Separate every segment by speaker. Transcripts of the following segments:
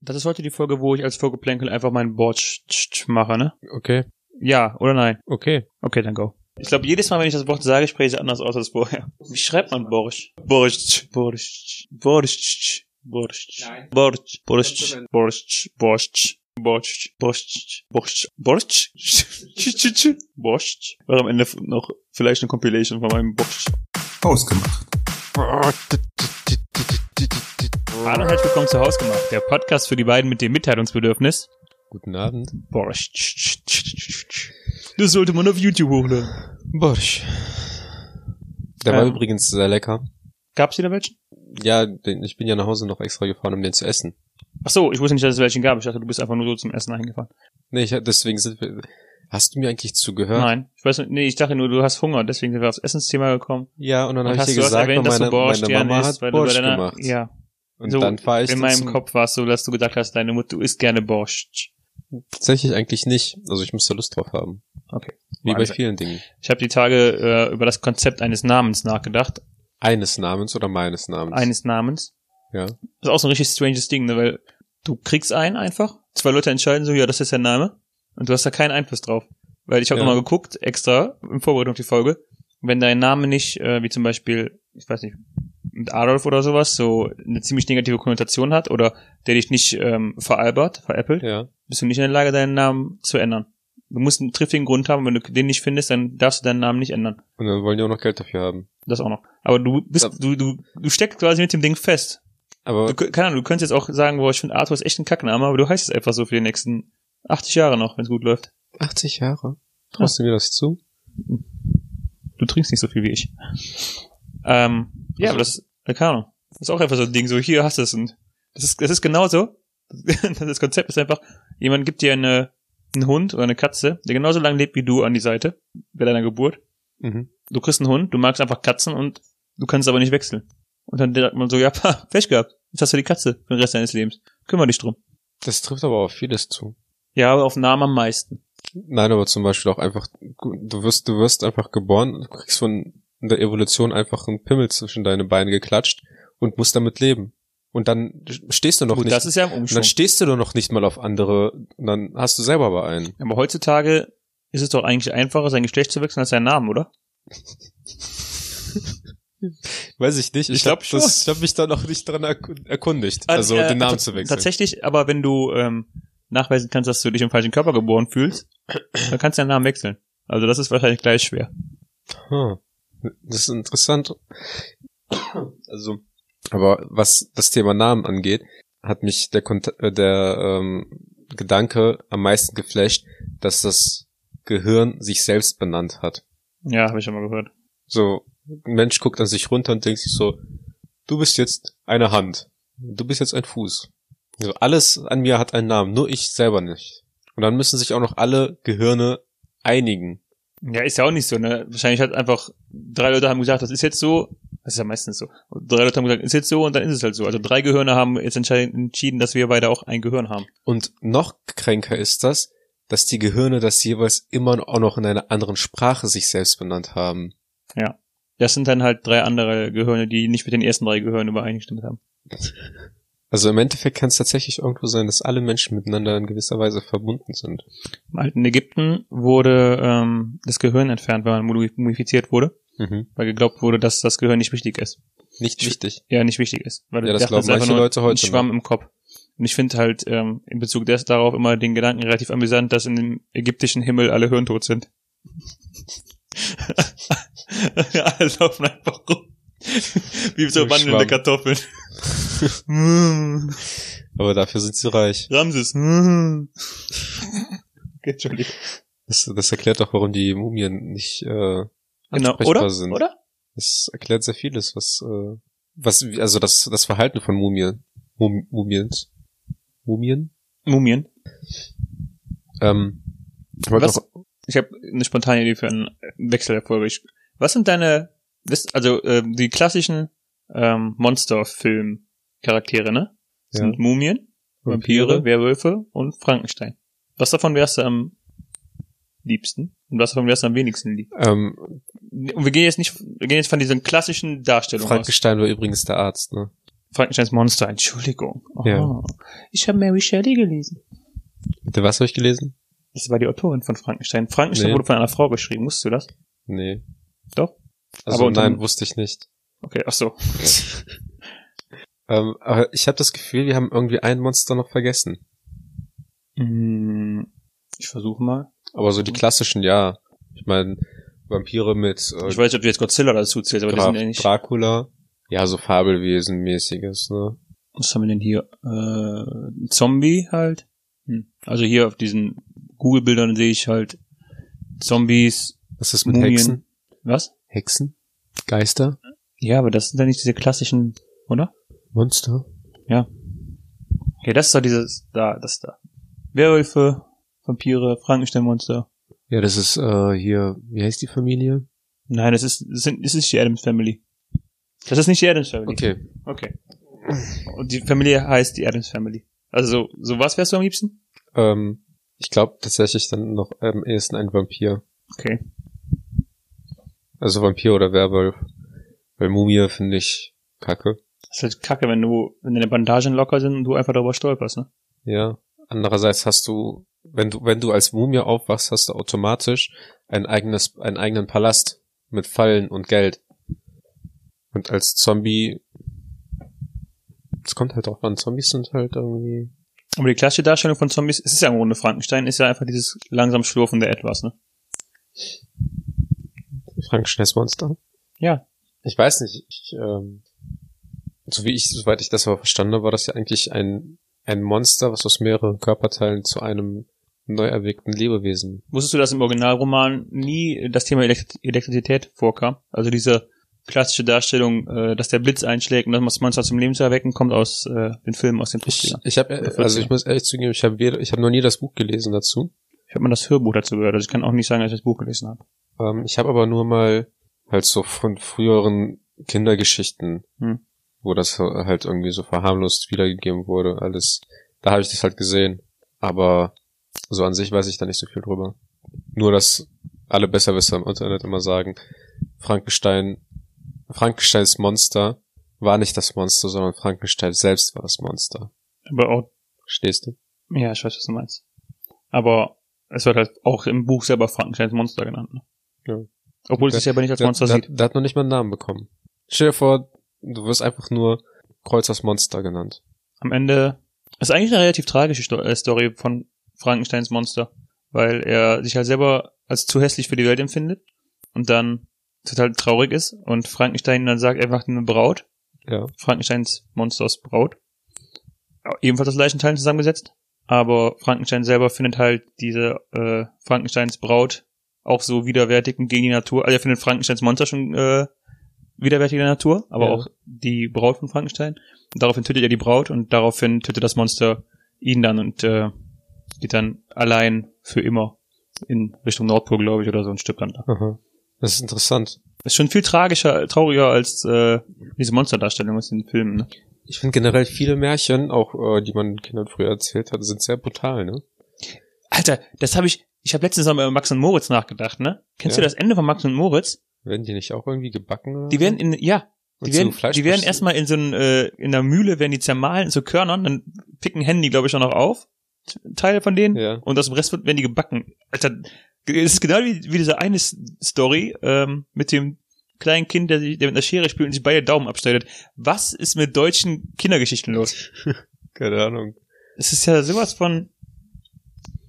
Speaker 1: Das ist heute die Folge, wo ich als Vorgeplänkel einfach meinen Board sch- sch- mache, ne?
Speaker 2: Okay,
Speaker 1: Ja oder nein?
Speaker 2: okay.
Speaker 1: Okay, dann go. Ich glaube, jedes Mal, wenn ich das Wort sage, spreche ich es anders aus als vorher. Wie schreibt man Borsch? Borsch, Borsch, Borsch, Borsch,
Speaker 2: Nein.
Speaker 1: Borsch, Borsch, Borsch, Borsch, Borsch, Borsch, Borsch, Borsch, Borsch, Borsch. War am Ende noch vielleicht eine Compilation von meinem Borsch.
Speaker 3: Ausgemacht.
Speaker 1: Hallo und herzlich willkommen zu Hausgemacht, der Podcast für die beiden mit dem Mitteilungsbedürfnis.
Speaker 2: Guten Abend.
Speaker 1: Borsch. Das sollte man auf YouTube hochladen.
Speaker 2: Borsch. Der war
Speaker 1: Ähm.
Speaker 2: übrigens sehr lecker.
Speaker 1: Gab's wieder welche?
Speaker 2: Ja, den- ich bin ja nach Hause noch extra gefahren, um den zu essen.
Speaker 1: Ach so, ich wusste nicht, dass es welchen gab. Ich dachte, du bist einfach nur so zum Essen eingefahren.
Speaker 2: Nee, ich, deswegen sind wir... Hast du mir eigentlich zugehört?
Speaker 1: Nein, ich weiß nicht, nee, ich dachte nur, du hast Hunger, deswegen sind wir aufs Essensthema gekommen.
Speaker 2: Ja, und dann habe ich
Speaker 1: hast
Speaker 2: dir
Speaker 1: du hast
Speaker 2: gesagt,
Speaker 1: erwähnt, dass
Speaker 2: meine,
Speaker 1: du Borsch
Speaker 2: meine
Speaker 1: gerne
Speaker 2: Mama
Speaker 1: isst,
Speaker 2: hat
Speaker 1: weil
Speaker 2: Borsch
Speaker 1: du bei deiner,
Speaker 2: gemacht.
Speaker 1: ja,
Speaker 2: Und
Speaker 1: so
Speaker 2: dann war ich
Speaker 1: in
Speaker 2: dann
Speaker 1: meinem
Speaker 2: zum-
Speaker 1: Kopf war es so, dass du gesagt hast, deine Mutter, du isst gerne Borsch.
Speaker 2: Tatsächlich eigentlich nicht. Also ich muss da Lust drauf haben.
Speaker 1: Okay.
Speaker 2: Wie bei
Speaker 1: Wahnsinn.
Speaker 2: vielen Dingen.
Speaker 1: Ich habe die Tage äh, über das Konzept eines Namens nachgedacht,
Speaker 2: Eines Namens oder meines Namens.
Speaker 1: eines Namens.
Speaker 2: Ja.
Speaker 1: Das ist auch so ein richtig stranges Ding, ne, weil du kriegst einen einfach, zwei Leute entscheiden so, ja, das ist der Name und du hast da keinen Einfluss drauf. Weil ich habe
Speaker 2: Ja.
Speaker 1: nochmal geguckt, extra, in Vorbereitung auf die Folge, wenn dein Name nicht, äh, wie zum Beispiel, ich weiß nicht, mit Adolf oder sowas, so eine ziemlich negative Konnotation hat oder der dich nicht ähm, veralbert, veräppelt,
Speaker 2: Ja.
Speaker 1: bist du nicht in der Lage, deinen Namen zu ändern. Du musst einen triftigen Grund haben, wenn du den nicht findest, dann darfst du deinen Namen nicht ändern.
Speaker 2: Und dann wollen die auch noch Geld dafür haben.
Speaker 1: Das auch noch. Aber du bist,
Speaker 2: Ja.
Speaker 1: du, du, du steckst quasi mit dem Ding fest.
Speaker 2: Aber
Speaker 1: Du, kö- keine Ahnung, du könntest jetzt auch sagen, boah, ich finde Arthur ist echt ein Kackname, aber du heißt es einfach so für die nächsten 80 Jahre noch, wenn es gut läuft.
Speaker 2: 80 Jahre. Traust du mir das zu?
Speaker 1: Du trinkst nicht so viel wie ich. Ähm, ja,
Speaker 2: Also-
Speaker 1: aber das, ja, keine Ahnung. Das ist auch einfach so ein Ding, so hier hast du es und das ist, das ist genauso. Das Konzept ist einfach, jemand gibt dir eine, einen Hund oder eine Katze, der genauso lange lebt wie du an die Seite, bei deiner Geburt.
Speaker 2: Mhm.
Speaker 1: Du kriegst einen Hund, du magst einfach Katzen und du kannst aber nicht wechseln. Und dann sagt man so, ja, pah, Pech gehabt. Jetzt hast du die Katze für den Rest deines Lebens. Kümmer dich drum.
Speaker 2: Das trifft aber auf vieles zu.
Speaker 1: Ja, aber auf Namen am meisten.
Speaker 2: Nein, aber zum Beispiel auch einfach, du wirst, du wirst einfach geboren, und du kriegst von der Evolution einfach einen Pimmel zwischen deine Beine geklatscht und musst damit leben. Und dann stehst du noch
Speaker 1: Gut,
Speaker 2: nicht,
Speaker 1: das ist ja im
Speaker 2: und dann
Speaker 1: Umschwung.
Speaker 2: stehst du doch noch nicht mal auf andere, und dann hast du selber aber einen.
Speaker 1: Aber heutzutage ist es doch eigentlich einfacher, sein Geschlecht zu wechseln als seinen Namen, oder?
Speaker 2: Weiß ich nicht, ich,
Speaker 1: glaub
Speaker 2: hab
Speaker 1: schon.
Speaker 2: das- Ich habe mich da noch nicht dran erku- erkundigt, also
Speaker 1: äh,
Speaker 2: den Namen
Speaker 1: tats-
Speaker 2: zu wechseln.
Speaker 1: Tatsächlich, aber wenn du ähm, nachweisen kannst, dass du dich im falschen Körper geboren fühlst, dann kannst du deinen Namen wechseln. Also das ist wahrscheinlich gleich schwer.
Speaker 2: Hm. Das ist interessant. Also, aber was das Thema Namen angeht, hat mich der, Kont äh, der ähm, Gedanke am meisten geflasht, dass das Gehirn sich selbst benannt hat.
Speaker 1: Ja, habe ich schon mal gehört.
Speaker 2: So, ein Mensch guckt an sich runter und denkt sich so, du bist jetzt eine Hand, du bist jetzt ein Fuß. Also alles an mir hat einen Namen, nur ich selber nicht. Und dann müssen sich auch noch alle Gehirne einigen.
Speaker 1: Ja, ist ja auch nicht so, ne? Wahrscheinlich hat einfach drei Leute haben gesagt, das ist jetzt so. Das ist ja meistens so. Und Drei Leute haben gesagt, ist jetzt so und dann ist es halt so. Also drei Gehirne haben jetzt entscheid- entschieden, dass wir beide auch ein Gehirn haben.
Speaker 2: Und noch kränker ist das, dass die Gehirne das jeweils immer auch noch in einer anderen Sprache sich selbst benannt haben.
Speaker 1: Das sind dann halt drei andere Gehirne, die nicht mit den ersten drei Gehirnen übereingestimmt haben.
Speaker 2: Also im Endeffekt kann es tatsächlich irgendwo sein, dass alle Menschen miteinander in gewisser Weise verbunden sind.
Speaker 1: Im alten Halt Ägypten wurde ähm, das Gehirn entfernt, weil man modu- mumifiziert wurde,
Speaker 2: Mhm.
Speaker 1: weil geglaubt wurde, dass das Gehirn nicht wichtig ist.
Speaker 2: Nicht wichtig.
Speaker 1: Ja, nicht wichtig ist. Weil
Speaker 2: Ja, das
Speaker 1: dachten,
Speaker 2: glauben
Speaker 1: es ist einfach
Speaker 2: manche
Speaker 1: nur
Speaker 2: Leute heute
Speaker 1: Ein Schwamm im Kopf. Und ich finde halt ähm, in Bezug des darauf immer den Gedanken relativ amüsant, dass in dem ägyptischen Himmel alle hirntot sind. alle laufen einfach rum. Wie so
Speaker 2: Im
Speaker 1: wandelnde
Speaker 2: Schwamm.
Speaker 1: Kartoffeln.
Speaker 2: Aber dafür sind sie reich.
Speaker 1: Ramses. okay, Entschuldigung.
Speaker 2: Das, das erklärt auch, warum die Mumien nicht äh,
Speaker 1: Genau,
Speaker 2: ansprechbar
Speaker 1: oder?
Speaker 2: sind.
Speaker 1: Oder?
Speaker 2: Das erklärt sehr vieles, was, äh, was, also das, das Verhalten von Mumien. Mum, Mumiens. Mumien?
Speaker 1: Mumien.
Speaker 2: Ähm, ich wollte
Speaker 1: Was-
Speaker 2: noch-
Speaker 1: Ich habe eine spontane Idee für einen Wechsel der Folge. Ich, was sind deine, das- also äh, die klassischen ähm, Monsterfilm-Charaktere, ne? Das
Speaker 2: Ja.
Speaker 1: Sind Mumien, Vampire, Werwölfe und Frankenstein. Was davon wärst du am liebsten? Und was davon wärst du am wenigsten lieb?
Speaker 2: Ähm,
Speaker 1: Und wir gehen jetzt nicht, wir gehen jetzt von diesen klassischen Darstellungen
Speaker 2: Frankenstein war übrigens der Arzt, ne?
Speaker 1: aus. Frankensteins Monster, Entschuldigung. Oh,
Speaker 2: Ja.
Speaker 1: Ich habe Mary Shelley gelesen.
Speaker 2: Bitte, was habe ich gelesen?
Speaker 1: Das war die Autorin von Frankenstein. Frankenstein
Speaker 2: Nee.
Speaker 1: wurde von einer Frau geschrieben, wusstest du das?
Speaker 2: Nee.
Speaker 1: Doch?
Speaker 2: Also
Speaker 1: Aber unter-
Speaker 2: nein, wusste ich nicht.
Speaker 1: Okay, ach so.
Speaker 2: Ähm, aber ich habe das Gefühl, wir haben irgendwie ein Monster noch vergessen.
Speaker 1: Hm, Ich versuche mal.
Speaker 2: Aber so die klassischen, ja. Ich meine, Vampire mit äh,
Speaker 1: Mhm. Ich weiß nicht, ob du jetzt Godzilla dazu zählst, aber
Speaker 2: Graf
Speaker 1: die sind ja nicht.
Speaker 2: Dracula. Ja, so Fabelwesen-mäßiges, ne?
Speaker 1: Was haben wir denn hier? Äh, ein Zombie halt. Hm. Also hier auf diesen Google-Bildern sehe ich halt Zombies.
Speaker 2: Was ist
Speaker 1: Mumien. Was?
Speaker 2: Hexen? Geister?
Speaker 1: Ja, aber das sind ja nicht diese klassischen, oder?
Speaker 2: Monster?
Speaker 1: Ja, das ist doch dieses, da, das da. Werwölfe, Vampire, Frankenstein-Monster.
Speaker 2: Ja, das ist äh, hier, wie heißt die Familie?
Speaker 1: Nein, das ist, das, sind, das ist die Adams Family. Das ist nicht die Adams Family.
Speaker 2: Okay.
Speaker 1: Okay. Und die Familie heißt die Adams Family. Also, so, so was wärst du am liebsten?
Speaker 2: Ähm, ich glaube tatsächlich dann noch am ehesten ein Vampir.
Speaker 1: Okay.
Speaker 2: Also Vampir oder Werwolf. Weil Mumie finde ich kacke.
Speaker 1: Das ist halt kacke, wenn du, wenn deine Bandagen locker sind und du einfach darüber stolperst, ne?
Speaker 2: Ja. Andererseits hast du, wenn du, wenn du als Mumie aufwachst, hast du automatisch ein eigenes, einen eigenen Palast mit Fallen und Geld. Und als Zombie, es kommt halt auch an, Zombies sind halt irgendwie,
Speaker 1: Aber die klassische Darstellung von Zombies, es ist ja im Grunde Frankenstein, ist ja einfach dieses langsam schlurfende Etwas, ne?
Speaker 2: Frankensteins Monster.
Speaker 1: Ja.
Speaker 2: Ich weiß nicht, ich, ähm, so wie ich, soweit ich das aber verstanden habe, war das ja eigentlich ein, ein Monster, was aus mehreren Körperteilen zu einem neu erweckten Lebewesen.
Speaker 1: Wusstest du, dass im Originalroman nie das Thema Elekt Elektrizität vorkam? Also diese klassische Darstellung, äh, dass der Blitz einschlägt und dass man das Monster zum Leben zu erwecken, kommt aus äh, den Filmen aus den
Speaker 2: Ich,
Speaker 1: 50ern.
Speaker 2: ich habe,
Speaker 1: Oder
Speaker 2: also
Speaker 1: 14er.
Speaker 2: ich muss ehrlich zugeben, ich habe ich hab noch nie das Buch gelesen dazu.
Speaker 1: Ich habe mal das Hörbuch dazu gehört, also ich kann auch nicht sagen, dass ich das Buch gelesen habe.
Speaker 2: Ähm, ich habe aber nur mal halt so von früheren Kindergeschichten,
Speaker 1: Hm.
Speaker 2: wo das halt irgendwie so verharmlost wiedergegeben wurde, alles. Da habe ich das halt gesehen. Aber so an sich weiß ich da nicht so viel drüber. Nur, dass alle Besserwisser im Internet immer sagen, Frankenstein, Frankensteins Monster war nicht das Monster, sondern Frankenstein selbst war das Monster.
Speaker 1: Aber auch,
Speaker 2: Verstehst du?
Speaker 1: ja, ich weiß, was du meinst. Aber es wird halt auch im Buch selber Frankensteins Monster genannt. Ne?
Speaker 2: Ja.
Speaker 1: Obwohl es sich selber nicht als Monster
Speaker 2: da,
Speaker 1: sieht.
Speaker 2: Da, da hat noch nicht mal einen Namen bekommen. Stell dir vor, du wirst einfach nur Kreuz als Monster genannt.
Speaker 1: am Ende ist eigentlich eine relativ tragische Sto äh, Story von Frankensteins Monster, weil er sich halt selber als zu hässlich für die Welt empfindet und dann total traurig ist und Frankenstein dann sagt, er macht eine Braut,
Speaker 2: Ja.
Speaker 1: Frankensteins Monsters Braut, Auch ebenfalls aus Leichenteilen zusammengesetzt, aber Frankenstein selber findet halt diese äh, Frankensteins Braut auch so widerwärtig und gegen die Natur, also er findet Frankensteins Monster schon äh, widerwärtig in der Natur, aber
Speaker 2: Ja.
Speaker 1: auch die Braut von Frankenstein und daraufhin tötet er die Braut und daraufhin tötet das Monster ihn dann und äh, geht dann allein für immer in Richtung Nordpol, glaube ich, oder so und stirbt dann da.
Speaker 2: Aha. Mhm. Das ist interessant.
Speaker 1: Ist schon viel tragischer, trauriger als äh, diese Monsterdarstellung aus den Filmen. Ne?
Speaker 2: Ich finde generell viele Märchen, auch äh, die man Kindern früher erzählt hat, sind sehr brutal, ne?
Speaker 1: Alter, das habe ich, ich habe letztens noch mal über Max und Moritz nachgedacht, ne? Kennst
Speaker 2: Ja.
Speaker 1: du das Ende von Max und Moritz?
Speaker 2: Werden die nicht auch irgendwie gebacken? oder
Speaker 1: Die
Speaker 2: so?
Speaker 1: werden in, ja,
Speaker 2: Und
Speaker 1: die
Speaker 2: zu
Speaker 1: werden,
Speaker 2: Fleisch-
Speaker 1: die werden erstmal in so ein, äh, in der Mühle werden die zermahlen, in so Körnern, dann picken Hände die, glaube ich, auch noch auf. Teile von denen.
Speaker 2: Ja.
Speaker 1: Und aus dem Rest wird- werden die gebacken. Alter, es ist genau wie, wie diese eine S- Story ähm, mit dem kleinen Kind, der, sich- der mit einer Schere spielt und sich beide Daumen abschneidet. Was ist mit deutschen Kindergeschichten los?
Speaker 2: Keine Ahnung.
Speaker 1: Es ist ja sowas von.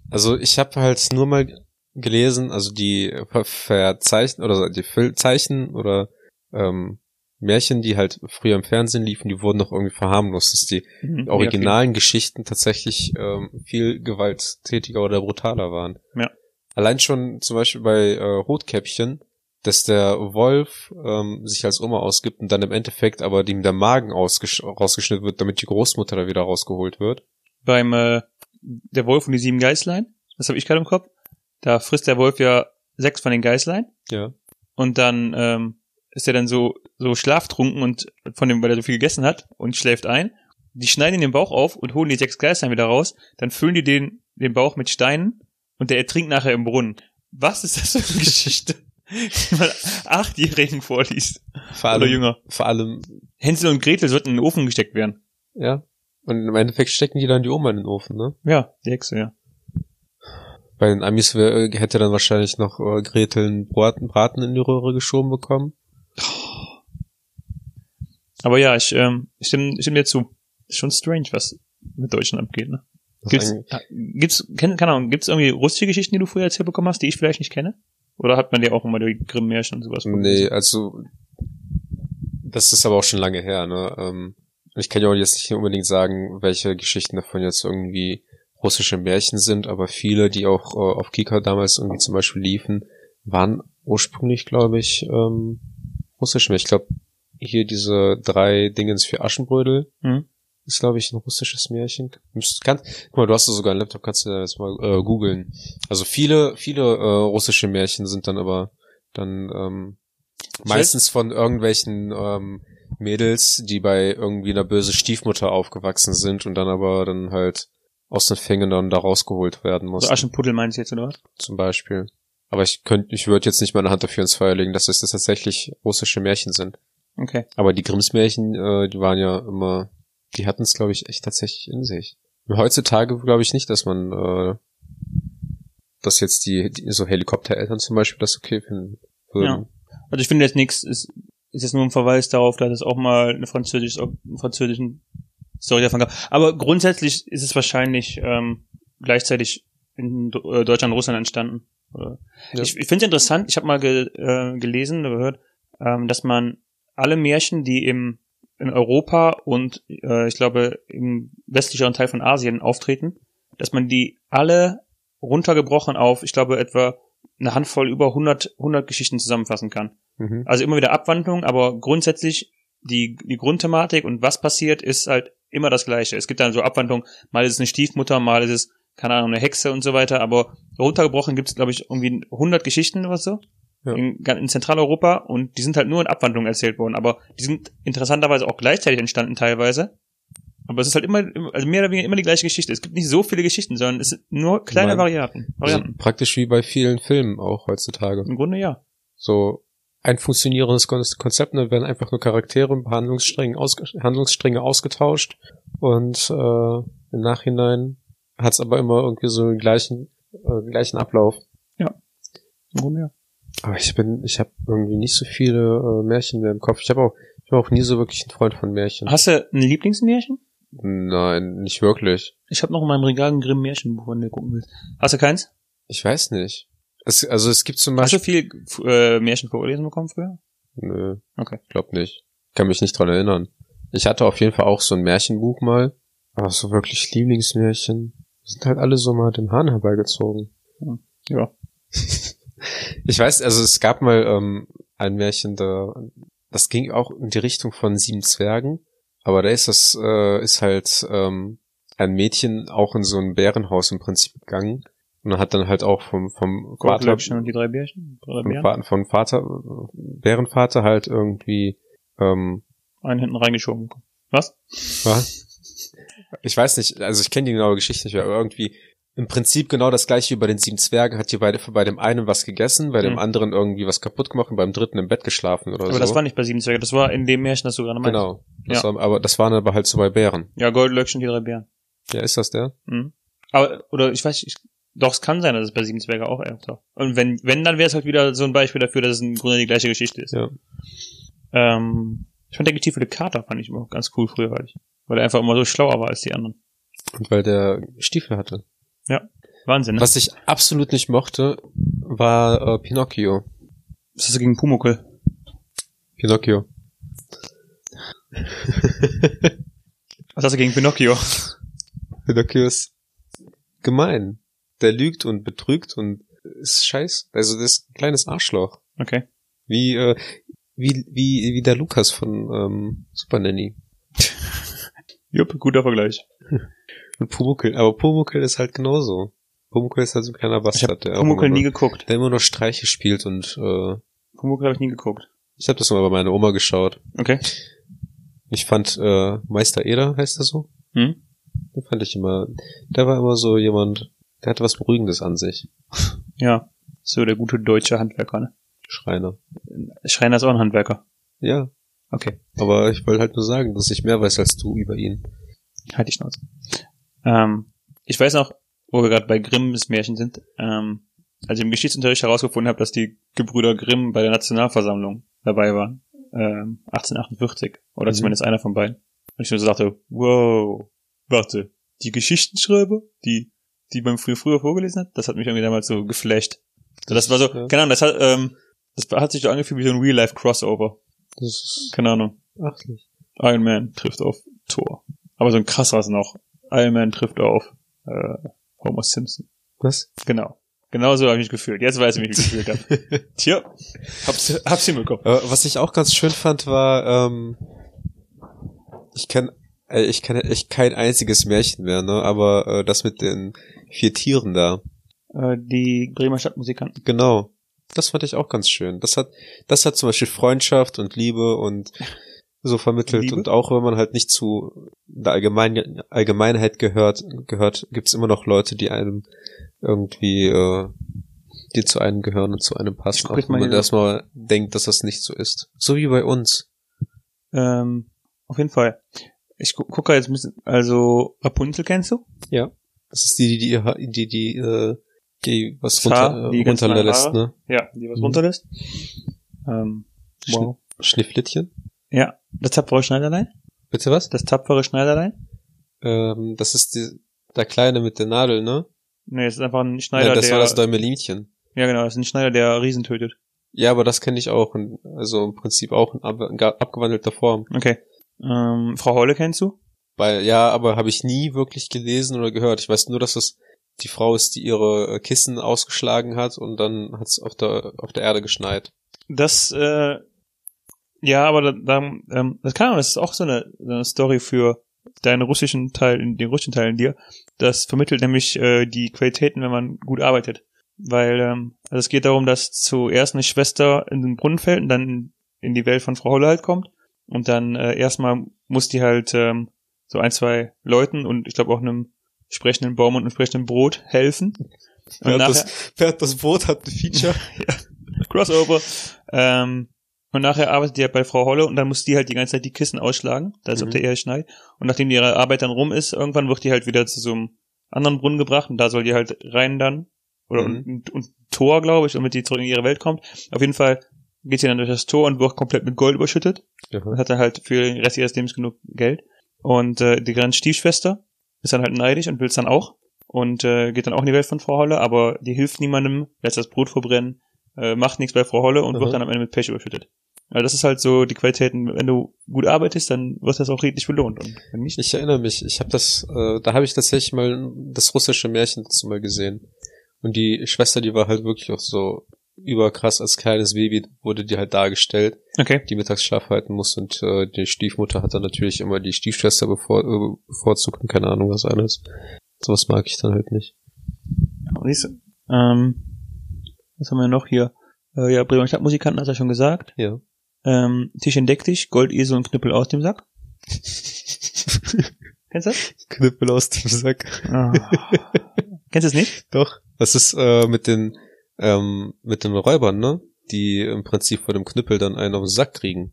Speaker 2: Also ich habe halt nur mal gelesen, also die Ver- Verzeichen oder die Fil- Zeichen oder ähm, Märchen, die halt früher im Fernsehen liefen, die wurden noch irgendwie verharmlost, dass die
Speaker 1: Mhm,
Speaker 2: originalen Geschichten tatsächlich ähm, viel gewalttätiger oder brutaler waren.
Speaker 1: Ja.
Speaker 2: Allein schon zum Beispiel bei äh, Rotkäppchen, dass der Wolf ähm, sich als Oma ausgibt und dann im Endeffekt aber dem der Magen ausgesch rausgeschnitten wird, damit die Großmutter da wieder rausgeholt wird.
Speaker 1: beim äh, Der Wolf und die sieben Geißlein, das habe ich gerade im Kopf. Da frisst der Wolf ja sechs von den Geißlein.
Speaker 2: Ja.
Speaker 1: und dann ähm, ist er dann so so schlaftrunken und von dem, weil er so viel gegessen hat und schläft ein. Die schneiden ihn den Bauch auf und holen die sechs Geißlein wieder raus. Dann füllen die den den Bauch mit Steinen und der ertrinkt nachher im Brunnen. Was ist das für eine Geschichte? die man Achtjährigen vorliest.
Speaker 2: Vor
Speaker 1: Oder
Speaker 2: allem,
Speaker 1: jünger.
Speaker 2: vor allem,
Speaker 1: Hänsel und Gretel sollten in den Ofen gesteckt werden.
Speaker 2: ja. Und im Endeffekt stecken die dann die Oma in den Ofen, ne?
Speaker 1: Ja, die Hexe, ja.
Speaker 2: Bei den Amis wär, äh, hätte dann wahrscheinlich noch äh, Gretel einen Braten, Braten in die Röhre geschoben bekommen.
Speaker 1: Aber ja, ich, ähm, ich stimme, ich stimme dir zu. Ist schon strange, was mit Deutschen abgeht, ne?
Speaker 2: Das
Speaker 1: Gibt's,
Speaker 2: eigentlich-
Speaker 1: äh, gibt's, keine keine Ahnung, gibt's irgendwie russische Geschichten, die du früher erzählt bekommen hast, die ich vielleicht nicht kenne? Oder hat man dir auch immer die Grimm-Märchen und sowas?
Speaker 2: Nee, also das ist aber auch schon lange her, ne? Ähm, ich kann ja auch jetzt nicht unbedingt sagen, welche Geschichten davon jetzt irgendwie russische Märchen sind, aber viele, die auch äh, auf Kika damals irgendwie zum Beispiel liefen, waren ursprünglich, glaube ich, ähm, russisch. Ich glaube, hier diese drei Dingens für Aschenbrödel
Speaker 1: Mhm.
Speaker 2: ist, glaube ich, ein russisches Märchen. Müsst- Kann, guck mal, du hast ja sogar einen Laptop, kannst du da jetzt mal äh, googeln. Also viele, viele äh, russische Märchen sind dann aber dann ähm, meistens von irgendwelchen ähm, Mädels, die bei irgendwie einer bösen Stiefmutter aufgewachsen sind und dann aber dann halt aus den Fängen dann da rausgeholt werden muss.
Speaker 1: So Aschenputtel meinst du jetzt, oder was?
Speaker 2: zum Beispiel. Aber ich könnte, ich würde jetzt nicht meine Hand dafür ins Feuer legen, dass es das tatsächlich russische Märchen sind.
Speaker 1: Okay.
Speaker 2: Aber die Grimms Märchen, äh, die waren ja immer, die hatten es, glaube ich, echt tatsächlich in sich. Heutzutage glaube ich nicht, dass man, äh, dass jetzt die, die so Helikoptereltern zum Beispiel das okay finden würden.
Speaker 1: Also ich finde jetzt nichts, ist, ist jetzt nur ein Verweis darauf, dass es auch mal eine französische, einen französischen Story davon gab. Aber grundsätzlich ist es wahrscheinlich ähm, gleichzeitig in Do- äh, Deutschland und Russland entstanden. Oder-
Speaker 2: Ja.
Speaker 1: Ich, ich finde es interessant, ich habe mal ge, äh, gelesen oder gehört, ähm, dass man alle Märchen, die im, in Europa und äh, ich glaube im westlicheren Teil von Asien auftreten, dass man die alle runtergebrochen auf, ich glaube, etwa eine Handvoll über 100, 100 Geschichten zusammenfassen kann.
Speaker 2: Mhm.
Speaker 1: Also immer wieder Abwandlungen, aber grundsätzlich die, die Grundthematik und was passiert, ist halt immer das Gleiche. Es gibt dann so Abwandlungen, mal ist es eine Stiefmutter, mal ist es, keine Ahnung, eine Hexe und so weiter, aber runtergebrochen gibt es, glaube ich, irgendwie 100 Geschichten oder so
Speaker 2: Ja.
Speaker 1: in, gan- in Zentraleuropa und die sind halt nur in Abwandlungen erzählt worden, aber die sind interessanterweise auch gleichzeitig entstanden teilweise. Aber es ist halt immer, also mehr oder weniger immer die gleiche Geschichte. Es gibt nicht so viele Geschichten, sondern es sind nur kleine
Speaker 2: Nein.
Speaker 1: Varianten.
Speaker 2: Also
Speaker 1: Varianten.
Speaker 2: praktisch wie bei vielen Filmen auch heutzutage.
Speaker 1: Im Grunde ja.
Speaker 2: so ein funktionierendes Kon- Konzept, da werden einfach nur Charaktere und Handlungsstränge, ausge- Handlungsstränge ausgetauscht und äh, im Nachhinein hat's aber immer irgendwie so den gleichen, äh, gleichen Ablauf.
Speaker 1: Im Grunde ja.
Speaker 2: Aber ich bin, ich habe irgendwie nicht so viele äh, Märchen mehr im Kopf. Ich habe auch, ich bin auch nie so wirklich ein Freund von Märchen.
Speaker 1: Hast du ein Lieblingsmärchen?
Speaker 2: Nein, nicht wirklich.
Speaker 1: Ich habe noch in meinem Regal ein Grimm Märchenbuch, wenn du gucken willst. Hast du keins?
Speaker 2: Ich weiß nicht. Es, also es gibt zum
Speaker 1: Hast
Speaker 2: Beispiel.
Speaker 1: du viel äh, Märchen vorgelesen bekommen früher?
Speaker 2: Nö.
Speaker 1: Okay.
Speaker 2: Glaub nicht. Kann mich nicht dran erinnern. Ich hatte auf jeden Fall auch so ein Märchenbuch mal. Aber so wirklich Lieblingsmärchen. Sind halt alle so mal den Hahn herbeigezogen.
Speaker 1: Hm. Ja.
Speaker 2: Ich weiß, also es gab mal ähm, ein Märchen, da, das ging auch in die Richtung von sieben Zwergen. Aber da ist das, äh, ist halt ähm, ein Mädchen auch in so ein Bärenhaus im Prinzip gegangen. Und hat dann halt auch vom, vom Vater,
Speaker 1: Goldlöckchen und die drei Bärchen? Drei
Speaker 2: von,
Speaker 1: Bären?
Speaker 2: Fa- von Vater, Bärenvater halt irgendwie ähm,
Speaker 1: Einen hinten reingeschoben. bekommen. Was?
Speaker 2: Was? Ich weiß nicht, also ich kenne die genaue Geschichte nicht mehr, aber irgendwie im Prinzip genau das gleiche wie bei den sieben Zwergen hat hier bei, bei dem einen was gegessen, bei dem
Speaker 1: Mhm.
Speaker 2: anderen irgendwie was kaputt gemacht und beim dritten im Bett geschlafen oder
Speaker 1: Aber
Speaker 2: so.
Speaker 1: das war nicht bei Sieben Zwerge, das war in dem Märchen, das du gerade meinst.
Speaker 2: Also. genau. Das
Speaker 1: Ja.
Speaker 2: war, aber das waren aber halt so bei Bären.
Speaker 1: Ja, Goldlöckchen, die drei Bären.
Speaker 2: Ja, ist das der?
Speaker 1: Mhm. Aber, oder ich weiß, ich, doch, es kann sein, dass es bei Sieben Zwerge auch öfter. Und wenn, wenn, dann wäre es halt wieder so ein Beispiel dafür, dass es im Grunde die gleiche Geschichte ist.
Speaker 2: Ja.
Speaker 1: Ähm, ich fand der Getiefte Kater fand ich immer ganz cool früher, weil ich, weil er einfach immer so schlauer war als die anderen.
Speaker 2: Und weil der Stiefel hatte.
Speaker 1: Wahnsinn, ne?
Speaker 2: Was ich absolut nicht mochte, war äh, Pinocchio.
Speaker 1: Was hast du gegen Pumuckel?
Speaker 2: Pinocchio.
Speaker 1: Was hast du gegen Pinocchio?
Speaker 2: Pinocchio ist gemein. Der lügt und betrügt und ist scheiß. Also das ist ein kleines Arschloch.
Speaker 1: Okay.
Speaker 2: Wie, äh, wie, wie, wie der Lukas von ähm, Super Nanny.
Speaker 1: Jupp, guter Vergleich.
Speaker 2: Und Pumuckl. Aber Pumuckl ist halt genauso. Pumuckl ist halt so ein kleiner Bastard, der, auch
Speaker 1: Pumuckl
Speaker 2: immer
Speaker 1: nie
Speaker 2: nur,
Speaker 1: geguckt.
Speaker 2: der immer nur Streiche spielt und äh,
Speaker 1: Pumuckl habe ich nie geguckt.
Speaker 2: ich habe das mal bei meiner Oma geschaut.
Speaker 1: Okay.
Speaker 2: Ich fand äh, Meister Eder, heißt er so?
Speaker 1: Hm?
Speaker 2: Den fand ich immer, der war immer so jemand, der hatte was Beruhigendes an sich.
Speaker 1: Ja. So der gute deutsche Handwerker, ne?
Speaker 2: Schreiner.
Speaker 1: Schreiner ist auch ein Handwerker.
Speaker 2: Ja,
Speaker 1: Okay,
Speaker 2: aber ich wollte halt nur sagen, dass ich mehr weiß als du über ihn.
Speaker 1: halt die Schnauze. Ähm, ich weiß noch, wo wir gerade bei Grimms Märchen sind, ähm, als ich im Geschichtsunterricht herausgefunden habe, dass die Gebrüder Grimm bei der Nationalversammlung dabei waren, ähm, 1848, oder
Speaker 2: Mhm.
Speaker 1: zumindest einer von beiden. Und ich nur so dachte, wow, warte, die Geschichtenschreiber, die, die man früher, früher vorgelesen hat, das hat mich irgendwie damals so geflasht. So, das war so,
Speaker 2: Ja.
Speaker 1: keine Ahnung, das hat, ähm, das hat sich so angefühlt wie so ein Real-Life-Crossover.
Speaker 2: Das ist
Speaker 1: Keine Ahnung.
Speaker 2: achtlich.
Speaker 1: Iron Man trifft auf Thor. Aber so ein krasseres noch. Iron Man trifft auf äh, Homer Simpson.
Speaker 2: Was?
Speaker 1: Genau. Genau so habe ich mich gefühlt. Jetzt weiß ich, wie ich mich gefühlt habe. Tja, hab's, hab's hinbekommen.
Speaker 2: Äh, was ich auch ganz schön fand, war, ähm, ich kenne äh, ich kenne echt kein einziges Märchen mehr, ne? Aber äh, das mit den vier Tieren da.
Speaker 1: Äh, die Bremer Stadtmusikanten.
Speaker 2: Genau. Das fand ich auch ganz schön. Das hat, das hat zum Beispiel Freundschaft und Liebe und so vermittelt.
Speaker 1: Liebe?
Speaker 2: Und auch wenn man halt nicht zu der Allgemein Allgemeinheit gehört, gehört, gibt's immer noch Leute, die einem irgendwie, äh, die zu einem gehören und zu einem
Speaker 1: Ich
Speaker 2: passen,
Speaker 1: guck
Speaker 2: auch
Speaker 1: jetzt
Speaker 2: wenn
Speaker 1: mal
Speaker 2: man
Speaker 1: hier-
Speaker 2: erstmal denkt, dass das nicht so ist. So wie bei uns.
Speaker 1: Ähm, auf jeden Fall. Ich gu gucke jetzt ein bisschen, also Rapunzel kennst du?
Speaker 2: Das ist die, die, die, die, die, äh, die was
Speaker 1: Zar,
Speaker 2: runter,
Speaker 1: die
Speaker 2: äh,
Speaker 1: ganz langen
Speaker 2: runterlässt, ne?
Speaker 1: Ja, die was
Speaker 2: Mhm.
Speaker 1: runterlässt. Ähm, wow.
Speaker 2: Schnifflittchen.
Speaker 1: Ja, das tapfere Schneiderlein.
Speaker 2: Bitte was?
Speaker 1: Das tapfere Schneiderlein.
Speaker 2: Ähm, das ist die, der Kleine mit der Nadel, ne?
Speaker 1: Nee, das ist einfach ein Schneider,
Speaker 2: Nein, das
Speaker 1: der...
Speaker 2: war das Däumelinchen.
Speaker 1: ja, genau, das ist ein Schneider, der Riesen tötet.
Speaker 2: Ja, aber das kenne ich auch. in- Also im Prinzip auch in ab, in ga- abgewandelter Form.
Speaker 1: Okay. Ähm, Frau Holle kennst du?
Speaker 2: Weil, ja, aber habe ich nie wirklich gelesen oder gehört. Ich weiß nur, dass es die Frau ist, die ihre äh, Kissen ausgeschlagen hat und dann hat es auf der, auf der Erde geschneit.
Speaker 1: Das, äh, ja, aber da, da, ähm, das kann man, das ist auch so eine, so eine Story für deinen russischen Teil, den russischen Teil in dir. Das vermittelt nämlich äh, die Qualitäten, wenn man gut arbeitet. Weil, ähm, also es geht darum, dass zuerst eine Schwester in den Brunnen fällt und dann in die Welt von Frau Holle halt kommt. Und dann äh, erstmal muss die halt ähm, so ein, zwei Leuten und ich glaube auch einem sprechenden Baum und einem sprechenden Brot helfen. Und
Speaker 2: Wer hat,
Speaker 1: nachher-
Speaker 2: das, wer hat das Boot, hat ein Feature.
Speaker 1: Crossover. Ähm, und nachher arbeitet die halt bei Frau Holle und dann muss die halt die ganze Zeit die Kissen ausschlagen, da ist auf
Speaker 2: Mhm.
Speaker 1: der Erde schneit. Und nachdem ihre Arbeit dann rum ist, irgendwann wird die halt wieder zu so einem anderen Brunnen gebracht und da soll die halt rein dann. Oder
Speaker 2: Mhm.
Speaker 1: und, und, und Tor, glaube ich, damit die zurück in ihre Welt kommt. Auf jeden Fall geht sie dann durch das Tor und wird komplett mit Gold überschüttet und
Speaker 2: Aha.
Speaker 1: hat dann halt für den Rest ihres Lebens genug Geld. Und äh, die kleine Stiefschwester ist dann halt neidisch und will's dann auch und äh, geht dann auch in die Welt von Frau Holle, aber die hilft niemandem, lässt das Brot verbrennen, äh, macht nichts bei Frau Holle und
Speaker 2: Mhm.
Speaker 1: wird dann am Ende mit Pech überschüttet. Also das ist halt so die Qualitäten, wenn du gut arbeitest, dann wird das auch redlich belohnt und wenn nicht.
Speaker 2: Ich erinnere mich, ich habe das, äh, da habe ich tatsächlich mal das russische Märchen dazu mal gesehen. Und die Schwester, die war halt wirklich auch so überkrass als kleines Baby, wurde die halt dargestellt.
Speaker 1: Okay.
Speaker 2: die Mittagsschlaf halten muss und äh, die Stiefmutter hat dann natürlich immer die Stiefschwester bevor, äh, bevorzugt und keine Ahnung was alles. Sowas mag ich dann halt nicht.
Speaker 1: Aber Siehst du, ähm, was haben wir noch hier? Äh, ja, Bremer Stadtmusikanten hat er schon gesagt.
Speaker 2: Ja.
Speaker 1: Ähm, Tischchen deck dich, Goldesel und Knüppel aus dem Sack. Kennst du das?
Speaker 2: Knüppel aus dem Sack.
Speaker 1: Ah. Kennst du es nicht?
Speaker 2: Doch. Das ist äh, mit den ähm, mit den Räubern, ne? Die im Prinzip vor dem Knüppel dann einen auf den Sack kriegen.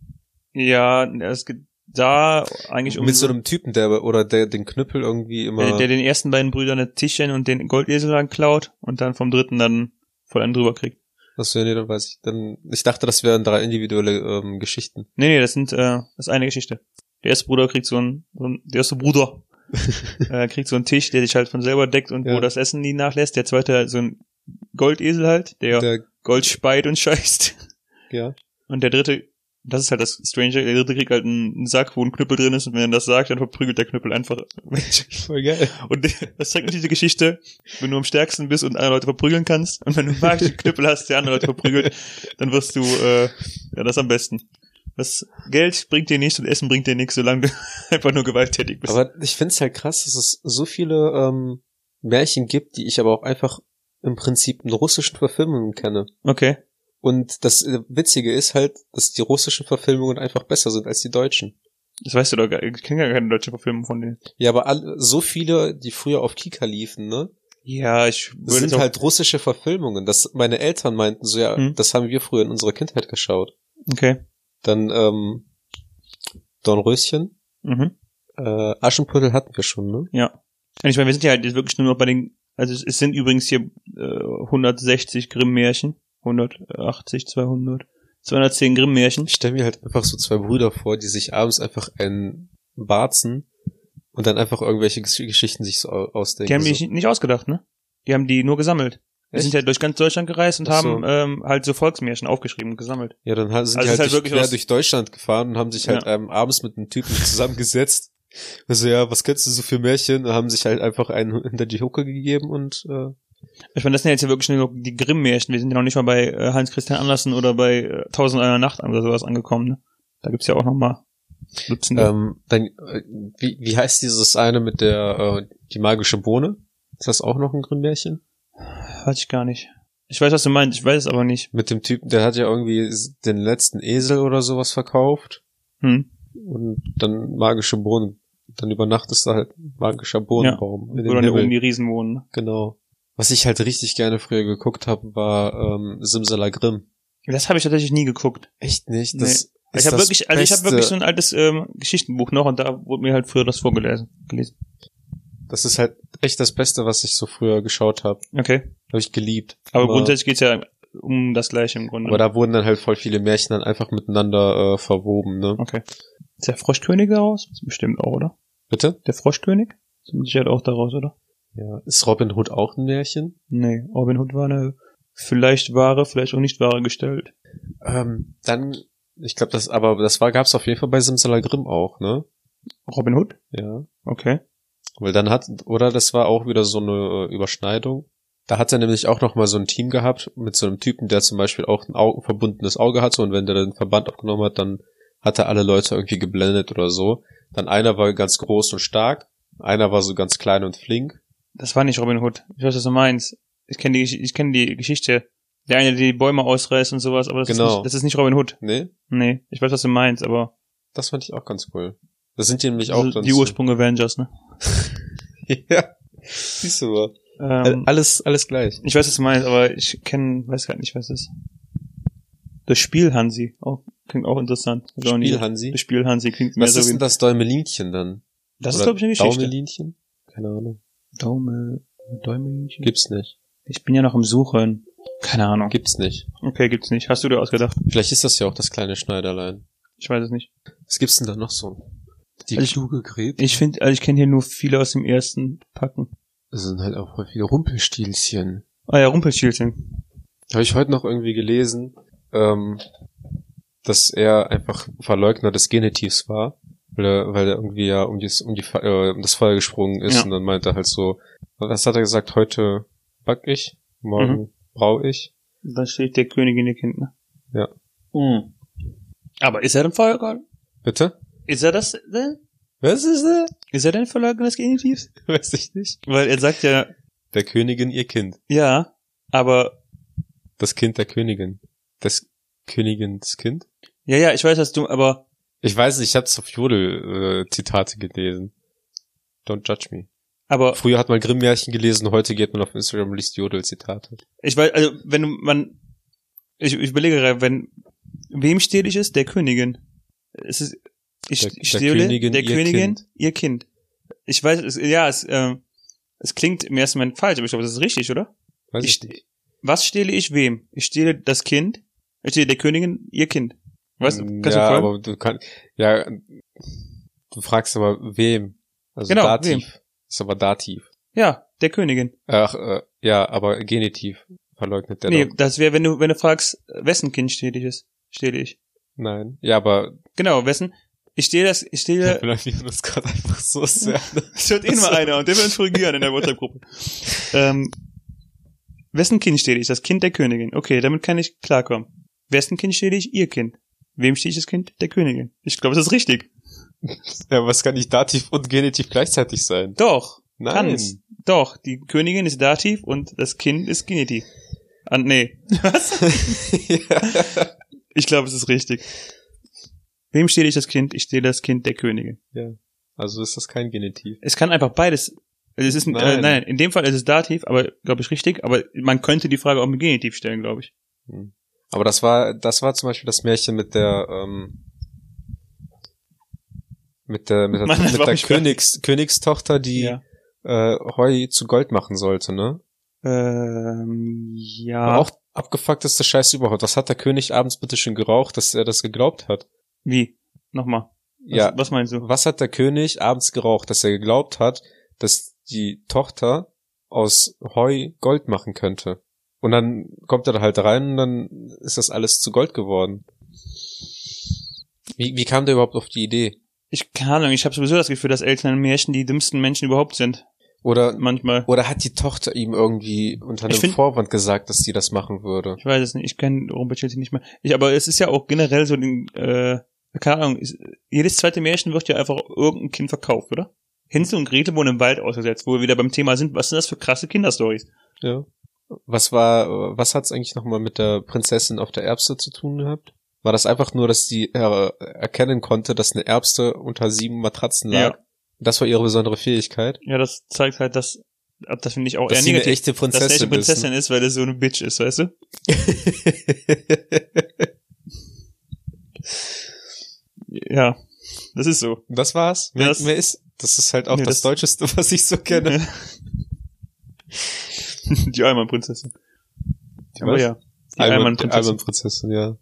Speaker 1: Ja, es geht da eigentlich um
Speaker 2: Mit so einem Typen, der oder der den Knüppel irgendwie immer.
Speaker 1: der, der den ersten beiden Brüdern das Tischchen und den Goldesel dann klaut und dann vom dritten dann voll einen drüber kriegt.
Speaker 2: Achso, nee, dann weiß ich. Dann, ich dachte, das wären drei individuelle ähm, Geschichten.
Speaker 1: Nee, nee, das sind äh, das ist eine Geschichte. Der erste Bruder kriegt so einen, so einen der erste Bruder äh, kriegt so einen Tisch, der sich halt von selber deckt und
Speaker 2: Ja.
Speaker 1: wo das Essen nie nachlässt. Der zweite halt so ein Goldesel halt, der,
Speaker 2: Der,
Speaker 1: Gold speit und scheißt.
Speaker 2: ja.
Speaker 1: Und der dritte, das ist halt das Stranger, der dritte kriegt halt einen, einen Sack, wo ein Knüppel drin ist und wenn er das sagt, dann verprügelt der Knüppel einfach
Speaker 2: Voll geil.
Speaker 1: Und das zeigt natürlich die Geschichte, wenn du am stärksten bist und andere Leute verprügeln kannst und wenn du einen magischen Knüppel hast, der andere Leute verprügelt, dann wirst du, äh, ja, das am besten. Das Geld bringt dir nichts und Essen bringt dir nichts, solange du einfach nur gewalttätig bist.
Speaker 2: Aber ich find's halt krass, dass es so viele ähm, Märchen gibt, die ich aber auch einfach im Prinzip in russischen Verfilmungen kenne.
Speaker 1: okay.
Speaker 2: Und das äh, Witzige ist halt, dass die russischen Verfilmungen einfach besser sind als die deutschen.
Speaker 1: Das weißt du doch gar Ich kenne gar keine deutsche Verfilmung von denen.
Speaker 2: Ja, aber all, so viele, die früher auf Kika liefen, ne?
Speaker 1: Ja, ich
Speaker 2: Das
Speaker 1: würde
Speaker 2: sind
Speaker 1: jetzt auch-
Speaker 2: halt russische Verfilmungen. Das, meine Eltern meinten so, ja,
Speaker 1: Hm.
Speaker 2: das haben wir früher in unserer Kindheit geschaut.
Speaker 1: Okay.
Speaker 2: Dann ähm, Dornröschen,
Speaker 1: Mhm.
Speaker 2: äh, Aschenputtel hatten wir schon, ne?
Speaker 1: Ja. Und ich meine, wir sind ja halt jetzt wirklich nur noch bei den, also es, es sind übrigens hier äh, 160 Grimm-Märchen, 180, 200, 210 Grimm-Märchen.
Speaker 2: Ich stelle mir halt einfach so zwei Brüder vor, die sich abends einfach einen barzen und dann einfach irgendwelche Gesch- Geschichten sich so au- ausdenken.
Speaker 1: Die haben die
Speaker 2: so,
Speaker 1: nicht- nicht ausgedacht, ne? Die haben die nur gesammelt. Wir
Speaker 2: Echt?
Speaker 1: sind halt ja durch ganz Deutschland gereist und
Speaker 2: Ach so.
Speaker 1: haben ähm, halt so Volksmärchen aufgeschrieben und gesammelt.
Speaker 2: ja, dann ha- sind
Speaker 1: Also
Speaker 2: die
Speaker 1: es ist
Speaker 2: halt,
Speaker 1: halt
Speaker 2: durch,
Speaker 1: wirklich
Speaker 2: quer
Speaker 1: aus-
Speaker 2: durch Deutschland gefahren und haben sich halt ähm, abends mit einem Typen zusammengesetzt. Also ja, was kennst du so für Märchen? Und haben sich halt einfach einen hinter die Hucke gegeben und äh,
Speaker 1: Ich meine, das sind ja jetzt ja wirklich nur noch die Grimm-Märchen. Wir sind ja noch nicht mal bei äh, Hans-Christian Andersen oder bei äh, Tausend einer Nacht oder sowas angekommen. Ne? Da gibt's ja auch noch mal Dutzende.
Speaker 2: ähm, dann äh, wie, wie heißt dieses eine mit der äh, die magische Bohne? Ist das auch noch ein Grimm-Märchen?
Speaker 1: Weiß ich gar nicht. Ich weiß, was du meinst, ich weiß es aber nicht.
Speaker 2: Mit dem Typen, der hat ja irgendwie s- den letzten Esel oder sowas verkauft.
Speaker 1: Hm.
Speaker 2: und dann magische Bohnen. Dann übernachtest du halt ein magischer Bohnenbaum. in dem
Speaker 1: Oder nur
Speaker 2: Himmel.
Speaker 1: um die Riesen wohnen. ne?
Speaker 2: Genau. Was ich halt richtig gerne früher geguckt habe, war ähm, Simsalagrim.
Speaker 1: Das habe ich tatsächlich nie geguckt.
Speaker 2: Echt nicht?
Speaker 1: Nee.
Speaker 2: Das ist
Speaker 1: ich habe
Speaker 2: das
Speaker 1: wirklich, also ich habe
Speaker 2: Beste.
Speaker 1: wirklich so ein altes ähm, Geschichtenbuch noch und da wurde mir halt früher das vorgelesen. Gelesen.
Speaker 2: Das ist halt echt das Beste, was ich so früher geschaut habe.
Speaker 1: Okay.
Speaker 2: Habe ich geliebt.
Speaker 1: Aber grundsätzlich geht's ja um das gleiche im Grunde.
Speaker 2: Aber da wurden dann halt voll viele Märchen dann einfach miteinander äh, verwoben, ne?
Speaker 1: okay. Ist der Froschkönig daraus? Ist Bestimmt auch, oder?
Speaker 2: Bitte?
Speaker 1: Der Froschkönig? Ist mit Sicherheit auch daraus, oder?
Speaker 2: Ja. Ist Robin Hood auch ein Märchen?
Speaker 1: Nee, Robin Hood war eine vielleicht wahre, vielleicht auch nicht wahre Gestalt.
Speaker 2: Ähm, dann, ich glaube, das, aber das war, gab's auf jeden Fall bei Simsalagrim auch, ne?
Speaker 1: Robin Hood?
Speaker 2: Ja.
Speaker 1: Okay.
Speaker 2: Weil dann hat, oder das war auch wieder so eine äh, Überschneidung. Da hat er nämlich auch nochmal so ein Team gehabt mit so einem Typen, der zum Beispiel auch ein Auge, verbundenes Auge hatte und wenn der den Verband abgenommen hat, dann hat er alle Leute irgendwie geblendet oder so. Dann einer war ganz groß und stark, einer war so ganz klein und flink.
Speaker 1: Das war nicht Robin Hood. Ich weiß, was du meinst. Ich kenne die, Gesch- ich kenne die Geschichte. Der eine, der die Bäume ausreißt und sowas, aber das, ist,
Speaker 2: Genau.
Speaker 1: nicht, das ist nicht Robin Hood.
Speaker 2: Nee,
Speaker 1: Nee, ich weiß, was du meinst, aber
Speaker 2: das fand ich auch ganz cool. Das sind die nämlich auch
Speaker 1: so Also die
Speaker 2: so-
Speaker 1: Ursprung Avengers, ne?
Speaker 2: ja. Siehst du mal. Al-
Speaker 1: Ähm,
Speaker 2: Alles, alles gleich.
Speaker 1: ich weiß, was du meinst, aber ich kenne, weiß gar nicht, was es ist. Das Spiel Hansi. Auch, klingt auch interessant. Hab ich auch nie-
Speaker 2: Spiel, Hansi.
Speaker 1: Das Spiel Hansi klingt mehr
Speaker 2: Was
Speaker 1: so
Speaker 2: ist denn
Speaker 1: wie.
Speaker 2: das Däumelinchen dann?
Speaker 1: Das ist,
Speaker 2: Oder
Speaker 1: glaube ich, eine Geschichte.
Speaker 2: Daumelinchen? Keine Ahnung.
Speaker 1: Daume, Däumelinchen?
Speaker 2: Gibt's nicht.
Speaker 1: Ich bin ja noch im Suchen. Keine Ahnung.
Speaker 2: Gibt's nicht.
Speaker 1: Okay, gibt's nicht. Hast du dir ausgedacht?
Speaker 2: Vielleicht ist das ja auch das kleine Schneiderlein.
Speaker 1: Ich weiß es nicht.
Speaker 2: Was gibt's denn da noch so? Die
Speaker 1: Also ich-
Speaker 2: kluge Gräbt.
Speaker 1: Ich finde, also ich kenne hier nur viele aus dem ersten Packen.
Speaker 2: Das sind halt auch voll viele Rumpelstilzchen.
Speaker 1: Ah ja, Rumpelstilzchen.
Speaker 2: Habe ich heute noch irgendwie gelesen, ähm, dass er einfach Verleugner des Genitivs war, weil er, weil er irgendwie ja um, dies, um, die, Fe- äh, um das Feuer gesprungen ist
Speaker 1: Ja.
Speaker 2: und dann meinte er halt so, was hat er gesagt, heute back ich, morgen
Speaker 1: Mhm.
Speaker 2: brau ich.
Speaker 1: Da steht der König in der Kind, ne?
Speaker 2: Ja.
Speaker 1: Mhm. Aber ist er denn Verleugner?
Speaker 2: Bitte?
Speaker 1: Ist er das denn?
Speaker 2: Was ist das?
Speaker 1: Ist er denn Verleugner des Genitivs?
Speaker 2: Weiß ich nicht.
Speaker 1: Weil er sagt ja,
Speaker 2: Der Königin ihr Kind.
Speaker 1: ja, aber,
Speaker 2: Das Kind der Königin. Das Königin das Kind?
Speaker 1: ja, ja, ich weiß, dass du, aber,
Speaker 2: Ich weiß nicht, ich hab's auf Jodel äh, Zitate gelesen. Don't judge me.
Speaker 1: aber,
Speaker 2: Früher hat man Grimm-Märchen gelesen, heute geht man auf Instagram und liest Jodel Zitate.
Speaker 1: ich weiß, also, wenn du, man, ich, ich überlege gerade, wenn, wem stehlig ist? Der Königin. Es ist, ich,
Speaker 2: Der-
Speaker 1: ich
Speaker 2: der
Speaker 1: stehle,
Speaker 2: Königin,
Speaker 1: der
Speaker 2: ihr
Speaker 1: Königin,
Speaker 2: Kind.
Speaker 1: ihr Kind. Ich weiß, es, ja, es, äh, es klingt im ersten Moment falsch, aber ich glaube, das ist richtig, oder?
Speaker 2: Weiß ich,
Speaker 1: Ich- Was stehle ich wem? Ich stehle das Kind. Ich stehle der Königin ihr Kind. Weißt du, kannst
Speaker 2: ja,
Speaker 1: du folgen?
Speaker 2: aber du kannst, ja, du fragst aber wem? Also
Speaker 1: Genau,
Speaker 2: Dativ. Ist aber Dativ.
Speaker 1: Ja, der Königin.
Speaker 2: Ach, äh, ja, aber Genitiv verleugnet der
Speaker 1: nee,
Speaker 2: doch.
Speaker 1: das wäre, wenn du, wenn du fragst, wessen Kind stehle ich es? Stehle ich.
Speaker 2: Nein. Ja, aber
Speaker 1: Genau, wessen? Ich stehle das, ich stehle.
Speaker 2: vielleicht wir das gerade einfach so sehr.
Speaker 1: Es hört eh mal einer und der wird uns korrigieren in der WhatsApp-Gruppe. ähm, wessen Kind stehle ich? Das Kind der Königin. Okay, damit kann ich klarkommen. Wessen Kind stehle ich? Ihr Kind. Wem stehe ich das Kind? Der Königin. Ich glaube, das ist richtig.
Speaker 2: ja, was kann nicht Dativ und Genitiv gleichzeitig sein?
Speaker 1: Doch.
Speaker 2: Nein.
Speaker 1: Kann's. Doch, die Königin ist Dativ und das Kind ist Genitiv. Ah, nee,
Speaker 2: ja.
Speaker 1: ich glaube, es ist richtig. Wem stehle ich das Kind? Ich stehle das Kind der Königin.
Speaker 2: Also ist das kein Genitiv.
Speaker 1: Es kann einfach beides Also es ist ein, nein. Äh, nein, in dem Fall ist es Dativ, aber glaube ich richtig. Aber man könnte die Frage auch mit Genitiv stellen, glaube ich.
Speaker 2: Aber das war, das war zum Beispiel das Märchen mit der, ähm, mit der, mit der,
Speaker 1: Mann, das
Speaker 2: mit
Speaker 1: war
Speaker 2: der
Speaker 1: nicht fair.
Speaker 2: Königs, Königstochter, die
Speaker 1: Ja.
Speaker 2: äh, Heu zu Gold machen sollte, ne?
Speaker 1: Ähm, ja.
Speaker 2: War Auch abgefuckteste Scheiß überhaupt. Was hat der König abends bitte schön geraucht, dass er das geglaubt hat?
Speaker 1: Wie? Nochmal. Was,
Speaker 2: ja,
Speaker 1: Was meinst du?
Speaker 2: was hat der König abends geraucht, dass er geglaubt hat, dass die Tochter aus Heu Gold machen könnte? Und dann kommt er da halt rein und dann ist das alles zu Gold geworden. Wie, wie kam der überhaupt auf die Idee?
Speaker 1: Ich keine Ahnung, ich habe sowieso das Gefühl, dass Eltern in Märchen die dümmsten Menschen überhaupt sind.
Speaker 2: Oder,
Speaker 1: Manchmal.
Speaker 2: oder hat die Tochter ihm irgendwie unter
Speaker 1: Ich
Speaker 2: einem
Speaker 1: find-
Speaker 2: Vorwand gesagt, dass die das machen würde?
Speaker 1: Ich weiß es nicht, ich kenne Rumpelstilzchen nicht mehr. Ich, aber es ist ja auch generell so den, äh, keine Ahnung, ist, jedes zweite Märchen wird ja einfach irgendein Kind verkauft, oder? Hänsel und Gretel wurden im Wald ausgesetzt, wo wir wieder beim Thema sind, was sind das für krasse Kinderstories?
Speaker 2: Ja. Was war, was hat's eigentlich nochmal mit der Prinzessin auf der Erbse zu tun gehabt? War das einfach nur, dass sie äh, erkennen konnte, dass eine Erbse unter sieben Matratzen lag? Das war ihre besondere Fähigkeit.
Speaker 1: Ja, das zeigt halt, dass, das finde ich auch
Speaker 2: Dass
Speaker 1: eher
Speaker 2: sie eine
Speaker 1: Oh, negativ,
Speaker 2: echte
Speaker 1: dass eine echte
Speaker 2: Prinzessin ne? ist. ne?
Speaker 1: Prinzessin ist, weil das so eine Bitch ist, weißt du? Ja, das ist so.
Speaker 2: das war's. Mehr,
Speaker 1: Das-
Speaker 2: mehr ist, das ist halt auch
Speaker 1: Nee,
Speaker 2: das,
Speaker 1: das-
Speaker 2: Deutscheste, was ich so kenne.
Speaker 1: Die Allmann-Prinzessin. Aber
Speaker 2: was?
Speaker 1: Oh ja. Die
Speaker 2: Alman-
Speaker 1: Allmann-Prinzessin.
Speaker 2: Alman-Prinzessin, ja.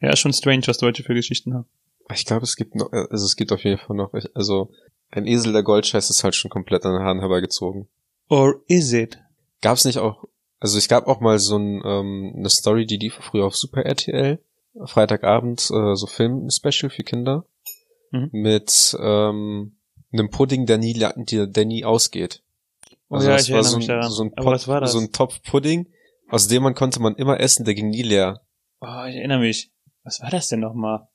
Speaker 1: Ja, ist schon strange, was Deutsche für Geschichten haben.
Speaker 2: Ich glaube, es gibt noch, also es gibt auf jeden Fall noch, also ein Esel der Goldscheiß ist halt schon komplett an den Haaren herbeigezogen.
Speaker 1: Or is it?
Speaker 2: Gab's nicht auch, also es gab auch mal so ein, ähm, eine Story, die lief früher auf Super RTL, Freitagabend, äh, so Film-Special für Kinder,
Speaker 1: Mhm.
Speaker 2: mit ähm, einem Pudding, der nie, la- der, der nie ausgeht.
Speaker 1: Oh ja,
Speaker 2: Also das
Speaker 1: ich erinnere
Speaker 2: so
Speaker 1: mich
Speaker 2: ein-
Speaker 1: daran.
Speaker 2: So ein,
Speaker 1: Aber
Speaker 2: Pot-
Speaker 1: was war das?
Speaker 2: so ein Topf Pudding, aus dem man konnte man immer essen, der ging nie leer.
Speaker 1: Oh, ich erinnere mich. Was war das denn nochmal?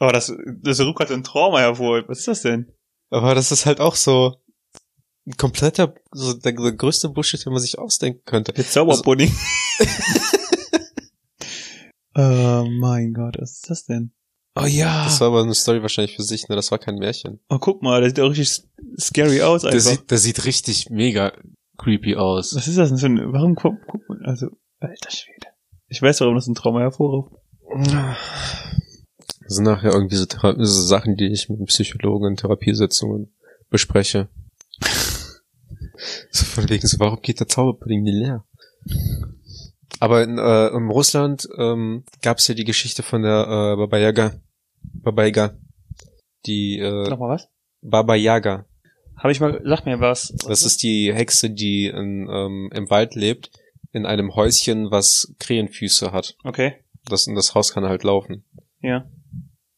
Speaker 1: Oh, das, das ruckert ein Trauma hervor. Was ist das denn?
Speaker 2: Aber das ist halt auch so ein kompletter, so der, der größte Bullshit, den man sich ausdenken könnte.
Speaker 1: Der Zauberpudding.
Speaker 2: Also-
Speaker 1: oh mein Gott, was ist das denn? Oh ja.
Speaker 2: Das war aber eine Story wahrscheinlich für sich, ne? Das war kein Märchen.
Speaker 1: oh, guck mal, das sieht auch richtig s- scary aus einfach.
Speaker 2: der sieht richtig mega creepy aus.
Speaker 1: was ist das denn für ein... Warum guck, guck mal... Also, alter Schwede. Ich weiß, warum das ein Trauma hervorruft.
Speaker 2: Das sind nachher irgendwie so, Thera- so Sachen, die ich mit einem Psychologen in Therapiesitzungen bespreche. so von wegen so, warum geht der Zauberpudding nie leer? Aber in, äh, in Russland ähm, gab es ja die Geschichte von der äh, Baba Yaga. Baba Yaga. Die äh,
Speaker 1: Nochmal was?
Speaker 2: Baba Yaga.
Speaker 1: Habe ich mal... Sag mir was.
Speaker 2: Das ist die Hexe, die in, ähm, im Wald lebt, in einem Häuschen, was Krähenfüße hat.
Speaker 1: Okay,
Speaker 2: Das, in das Haus kann halt laufen.
Speaker 1: ja.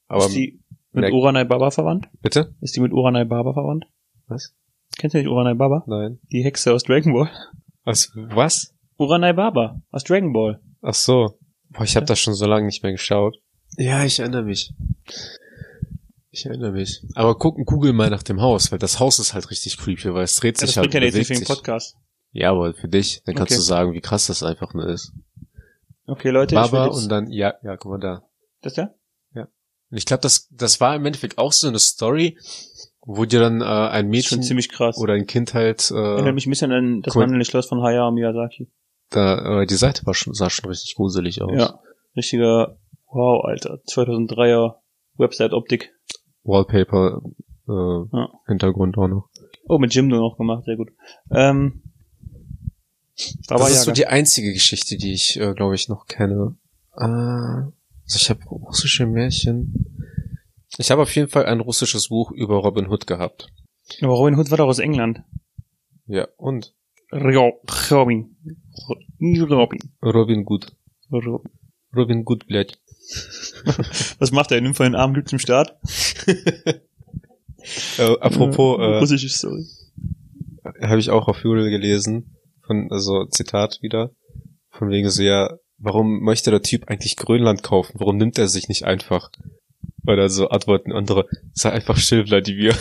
Speaker 2: Aber
Speaker 1: ist die mit
Speaker 2: merk-
Speaker 1: Uranai Baba verwandt?
Speaker 2: bitte?
Speaker 1: Ist die mit Uranai Baba verwandt?
Speaker 2: Was?
Speaker 1: Kennst du nicht Uranai Baba?
Speaker 2: Nein.
Speaker 1: Die Hexe aus Dragon Ball?
Speaker 2: Was? Was?
Speaker 1: Uranai Baba aus Dragon Ball.
Speaker 2: Ach so. Boah, ich habe
Speaker 1: Ja.
Speaker 2: das schon so lange nicht mehr geschaut. Ja, ich erinnere mich. Ich erinnere mich. Aber gucken, google mal nach dem Haus, weil das Haus ist halt richtig creepy, weil es dreht
Speaker 1: Ja, das
Speaker 2: sich
Speaker 1: bringt
Speaker 2: halt.
Speaker 1: ja jetzt
Speaker 2: und
Speaker 1: nicht
Speaker 2: bewegt
Speaker 1: für den
Speaker 2: sich.
Speaker 1: Podcast.
Speaker 2: ja, aber für dich, dann kannst
Speaker 1: Okay.
Speaker 2: du sagen, wie krass das einfach nur ist.
Speaker 1: Okay, Leute, ich will
Speaker 2: Baba
Speaker 1: jetzt,
Speaker 2: und dann, ja, ja, guck mal da.
Speaker 1: das ja?
Speaker 2: Und ich glaube, das, das war im Endeffekt auch so eine Story, wo dir dann äh, ein
Speaker 1: Ist schon
Speaker 2: Mädchen
Speaker 1: ziemlich krass.
Speaker 2: oder ein Kind halt, äh,
Speaker 1: Erinnert mich ein bisschen an das
Speaker 2: Cool.
Speaker 1: wandelnde Schloss von Hayao Miyazaki.
Speaker 2: da, äh, die Seite war schon, sah schon richtig gruselig aus.
Speaker 1: Ja. Richtiger, wow, Alter, 2003er Website-Optik.
Speaker 2: Wallpaper, äh,
Speaker 1: Ja.
Speaker 2: Hintergrund auch noch.
Speaker 1: Oh, mit Jimdo noch gemacht, sehr gut. Ähm, Baba
Speaker 2: das ist so
Speaker 1: Yaga.
Speaker 2: die einzige Geschichte, die ich, äh, glaube ich, noch kenne. Ah, also ich habe russische Märchen. Ich habe auf jeden Fall ein russisches Buch über Robin Hood gehabt.
Speaker 1: Aber Robin Hood war doch aus England.
Speaker 2: Ja, und
Speaker 1: Ro- Robin. Ro- Robin.
Speaker 2: Robin Good.
Speaker 1: Robin.
Speaker 2: Robin Good, blöd.
Speaker 1: Was macht er? Er Nimmt von den Armen, gibt zum Start.
Speaker 2: Äh, apropos,
Speaker 1: äh,
Speaker 2: äh,
Speaker 1: russische Story.
Speaker 2: habe ich auch auf Jodel gelesen, von, also Zitat wieder, von wegen so, ja, warum möchte der Typ eigentlich Grönland kaufen? Warum nimmt er sich nicht einfach? Weil da so antworten andere, sei einfach still, Vladimir.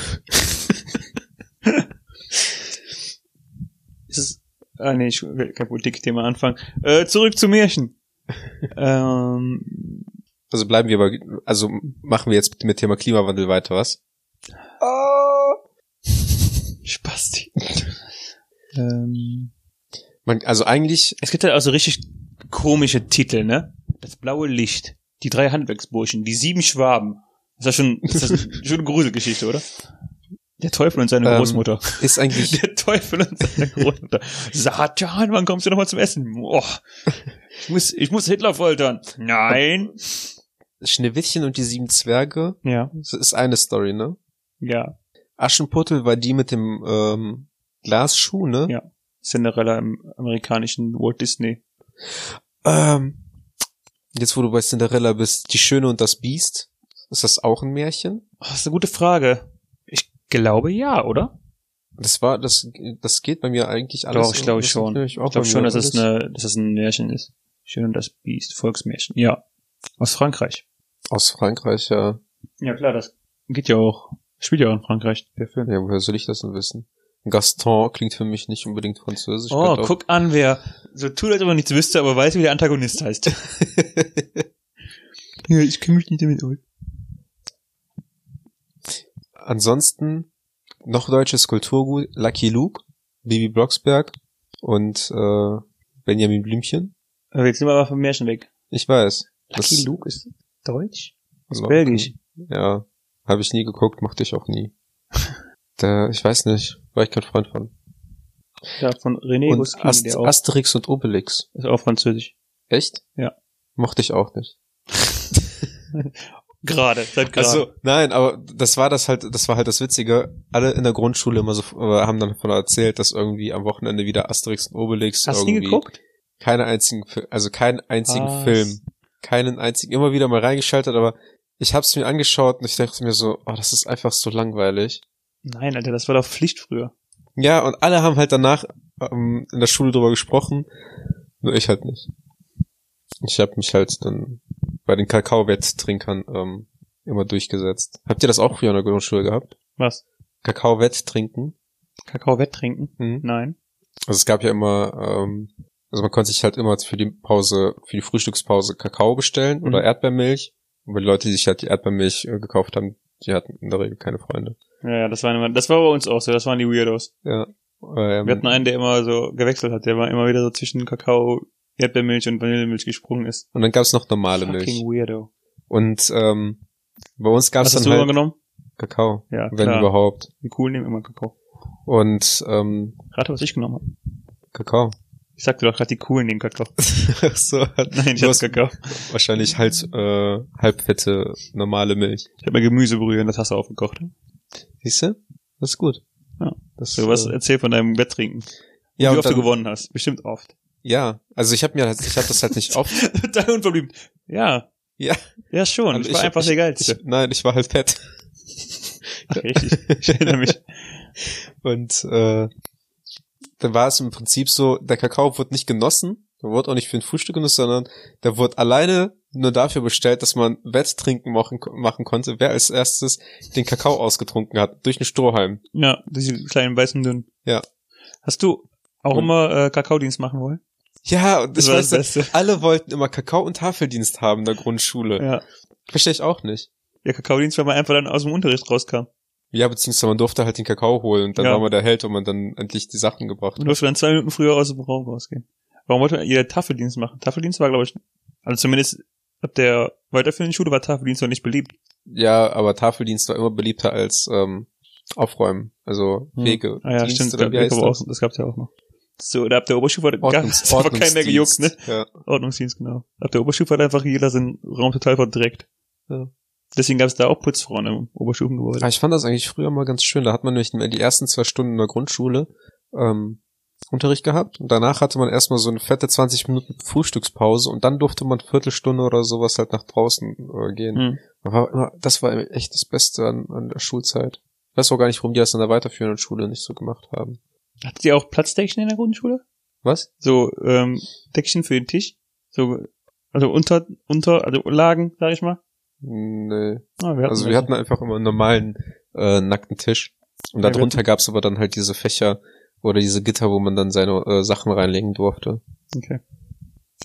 Speaker 1: Ist es, ah nee, ich will kein Politikthema anfangen. Äh, zurück zu Märchen. ähm,
Speaker 2: Also bleiben wir aber, also machen wir jetzt mit dem Thema Klimawandel weiter, was?
Speaker 1: Ähm,
Speaker 2: Man, also eigentlich,
Speaker 1: es gibt halt auch so richtig komische Titel, ne? Das blaue Licht, die drei Handwerksburschen, die sieben Schwaben. Das ist ja schon, das ist schon eine Gruselgeschichte, oder? Der Teufel und seine
Speaker 2: Ähm.
Speaker 1: Großmutter.
Speaker 2: ist eigentlich,
Speaker 1: Der Teufel und seine Großmutter. Satan, wann kommst du nochmal zum Essen? Oh, ich muss, ich muss Hitler foltern. Nein.
Speaker 2: Schneewittchen und die sieben Zwerge,
Speaker 1: Ja,
Speaker 2: das ist eine Story, ne?
Speaker 1: ja.
Speaker 2: Aschenputtel war die mit dem, ähm, Glasschuh, ne?
Speaker 1: Ja. Cinderella im amerikanischen Walt Disney.
Speaker 2: Ähm, jetzt, wo du bei Cinderella bist, Die Schöne und das Biest, ist das auch ein Märchen?
Speaker 1: Oh, das ist eine gute Frage. Ich glaube ja, oder?
Speaker 2: Das war, das, das geht bei mir eigentlich alles. um-
Speaker 1: Doch, ich glaube
Speaker 2: Das geht
Speaker 1: schon.
Speaker 2: nämlich auch
Speaker 1: Ich glaube
Speaker 2: bei
Speaker 1: schon,
Speaker 2: mir um
Speaker 1: dass es,
Speaker 2: alles.
Speaker 1: eine, dass es ein Märchen ist. Schön und das Biest, Volksmärchen. Ja. Aus Frankreich.
Speaker 2: Aus Frankreich, ja.
Speaker 1: Ja, klar, das geht ja auch. Spielt ja auch in Frankreich, der Film.
Speaker 2: Ja, woher soll ich das denn wissen? Gaston klingt für mich nicht unbedingt französisch.
Speaker 1: oh,
Speaker 2: Könnte auch-
Speaker 1: guck an, wer so tut, als ob er nichts wüsste, aber weiß, wie der Antagonist heißt. ja, ich kenne mich nicht damit aus.
Speaker 2: Ansonsten noch deutsches Kulturgut, Lucky Luke, Bibi Blocksberg und äh, Benjamin Blümchen.
Speaker 1: Aber jetzt sind wir mal vom Märchen weg.
Speaker 2: Ich weiß.
Speaker 1: Lucky Luke ist deutsch? Aus
Speaker 2: Lucky.
Speaker 1: Belgisch.
Speaker 2: Ja, habe ich nie geguckt, mochte ich auch nie. da, ich weiß nicht, war ich kein Freund von.
Speaker 1: Ja, von René
Speaker 2: und
Speaker 1: Goscinny,
Speaker 2: Ast
Speaker 1: der auch,
Speaker 2: Asterix und Obelix.
Speaker 1: ist auch französisch.
Speaker 2: Echt?
Speaker 1: Ja.
Speaker 2: Mochte ich auch nicht.
Speaker 1: Gerade, seit gerade.
Speaker 2: Also, nein, aber das war das halt, das war halt das Witzige. Alle in der Grundschule immer so äh, haben dann davon erzählt, dass irgendwie am Wochenende wieder Asterix und Obelix
Speaker 1: Hast du nie
Speaker 2: irgendwie
Speaker 1: geguckt?
Speaker 2: keine einzigen, Fi- also keinen einzigen
Speaker 1: Was?
Speaker 2: Film, keinen einzigen, immer wieder mal reingeschaltet, aber ich hab's mir angeschaut und ich dachte mir so, oh, das ist einfach so langweilig.
Speaker 1: Nein, Alter, das war doch Pflicht früher.
Speaker 2: Ja, und alle haben halt danach ähm, in der Schule drüber gesprochen, nur ich halt nicht. Ich habe mich halt dann bei den Kakao-Wetttrinkern ähm, immer durchgesetzt. Habt ihr das auch früher in der Grundschule gehabt?
Speaker 1: Was?
Speaker 2: Kakao-Wetttrinken?
Speaker 1: Kakao wetttrinken?
Speaker 2: Mhm.
Speaker 1: Nein.
Speaker 2: Also es gab ja immer, ähm, also man konnte sich halt immer für die Pause, für die Frühstückspause Kakao bestellen
Speaker 1: Mhm.
Speaker 2: oder Erdbeermilch. Aber die Leute, die sich halt die Erdbeermilch äh, gekauft haben, die hatten in der Regel keine Freunde.
Speaker 1: Ja, ja, das war, immer, das war bei uns auch so, das waren die Weirdos.
Speaker 2: Ähm,
Speaker 1: Wir hatten einen, der immer so gewechselt hat, der war immer wieder so zwischen Kakao, Erdbeermilch und Vanillemilch gesprungen ist.
Speaker 2: und dann gab's noch normale
Speaker 1: Fucking
Speaker 2: Milch.
Speaker 1: Weirdo.
Speaker 2: Und ähm, bei uns gab's
Speaker 1: Was hast
Speaker 2: dann
Speaker 1: du
Speaker 2: halt
Speaker 1: immer genommen?
Speaker 2: Kakao,
Speaker 1: Ja,
Speaker 2: wenn
Speaker 1: klar.
Speaker 2: überhaupt.
Speaker 1: Die Coolen nehmen immer Kakao.
Speaker 2: Und ähm,
Speaker 1: Rate, was ich genommen habe.
Speaker 2: Kakao.
Speaker 1: Ich sagte doch gerade, die Coolen nehmen Kakao.
Speaker 2: Ach so,
Speaker 1: Nein, ich hatte
Speaker 2: Du hast-
Speaker 1: Kakao.
Speaker 2: wahrscheinlich halt äh, halbfette normale Milch.
Speaker 1: Ich habe mir Gemüsebrühe in der Tasse aufgekocht.
Speaker 2: Siehst du? Das ist gut.
Speaker 1: Ja.
Speaker 2: Das,
Speaker 1: So, was
Speaker 2: äh,
Speaker 1: erzähl von deinem Wetttrinken.
Speaker 2: ja,
Speaker 1: wie
Speaker 2: und
Speaker 1: oft du
Speaker 2: dann,
Speaker 1: gewonnen hast. Bestimmt oft.
Speaker 2: ja, also ich habe mir, halt- ich habe das halt nicht oft
Speaker 1: Dein unverblümt. Ja.
Speaker 2: Ja.
Speaker 1: Ja, schon.
Speaker 2: Aber
Speaker 1: Ich
Speaker 2: Ähm, ich
Speaker 1: war
Speaker 2: hab-
Speaker 1: einfach der Geilste.
Speaker 2: Ich, nein, ich war halt fett.
Speaker 1: Ach, richtig. Ich erinnere mich.
Speaker 2: Und äh, dann war es im Prinzip so, der Kakao wurde nicht genossen, der wurde auch nicht für ein Frühstück genutzt, sondern der wurde alleine nur dafür bestellt, dass man Wetttrinken machen, machen konnte, wer als erstes den Kakao ausgetrunken hat, durch einen Strohhalm.
Speaker 1: Ja, diese kleinen weißen Dünnen.
Speaker 2: Ja.
Speaker 1: Hast du auch
Speaker 2: Und-
Speaker 1: immer äh, Kakaodienst machen wollen?
Speaker 2: Ja, und ich
Speaker 1: war
Speaker 2: weiß, nicht,
Speaker 1: Beste.
Speaker 2: alle wollten immer Kakao und Tafeldienst haben in der Grundschule.
Speaker 1: Ja.
Speaker 2: Verstehe ich auch nicht.
Speaker 1: Der Kakaodienst, weil man einfach dann aus dem Unterricht rauskam.
Speaker 2: Ja, beziehungsweise man durfte halt den Kakao holen und dann
Speaker 1: Ja.
Speaker 2: war man der Held und man dann endlich die Sachen gebracht
Speaker 1: Man durfte dann zwei Minuten früher aus dem Raum rausgehen. Warum wollte jeder Tafeldienst machen? Tafeldienst war, glaube ich, also zumindest ab der weiterführenden Schule war Tafeldienst noch nicht beliebt.
Speaker 2: Ja, aber Tafeldienst war immer beliebter als ähm, Aufräumen, also Wege.
Speaker 1: Ah ja,
Speaker 2: Dienst
Speaker 1: stimmt.
Speaker 2: oder
Speaker 1: Das,
Speaker 2: wie heißt
Speaker 1: das, aber auch,
Speaker 2: das?
Speaker 1: das gab's ja auch noch. So, oder ab der Oberstufe war
Speaker 2: Ordnungs-
Speaker 1: gab's aber keinen mehr gejuckt, ne?
Speaker 2: Ordnungsdienst, Ja.
Speaker 1: Ordnungsdienst, genau. Ab der Oberstufe hat einfach jeder seinen Raum total verdreckt.
Speaker 2: Ja. Ah,
Speaker 1: Deswegen gab's da auch Putzfrauen im Oberstufengebäude.
Speaker 2: Aber ich fand das eigentlich früher mal ganz schön. Da hat man nämlich die ersten zwei Stunden in der Grundschule ähm, Unterricht gehabt und danach hatte man erstmal so eine fette 20 Minuten Frühstückspause und dann durfte man Viertelstunde oder sowas halt nach draußen äh, gehen.
Speaker 1: Hm.
Speaker 2: Das war immer- Das war echt das Beste an, an der Schulzeit. Ich weiß auch gar nicht, warum die das in der weiterführenden Schule nicht so gemacht haben.
Speaker 1: Hattet ihr auch Platzdeckchen in der Grundschule?
Speaker 2: Was?
Speaker 1: So, ähm, Deckchen für den Tisch? So, also unter, unter, also Lagen, sag ich mal.
Speaker 2: Nee.
Speaker 1: Ah, wir
Speaker 2: Also wir
Speaker 1: welche.
Speaker 2: hatten einfach immer einen normalen äh, nackten Tisch. Und
Speaker 1: Ja, wir
Speaker 2: darunter gab's aber dann halt diese Fächer oder diese Gitter, wo man dann seine äh, Sachen reinlegen durfte.
Speaker 1: Okay.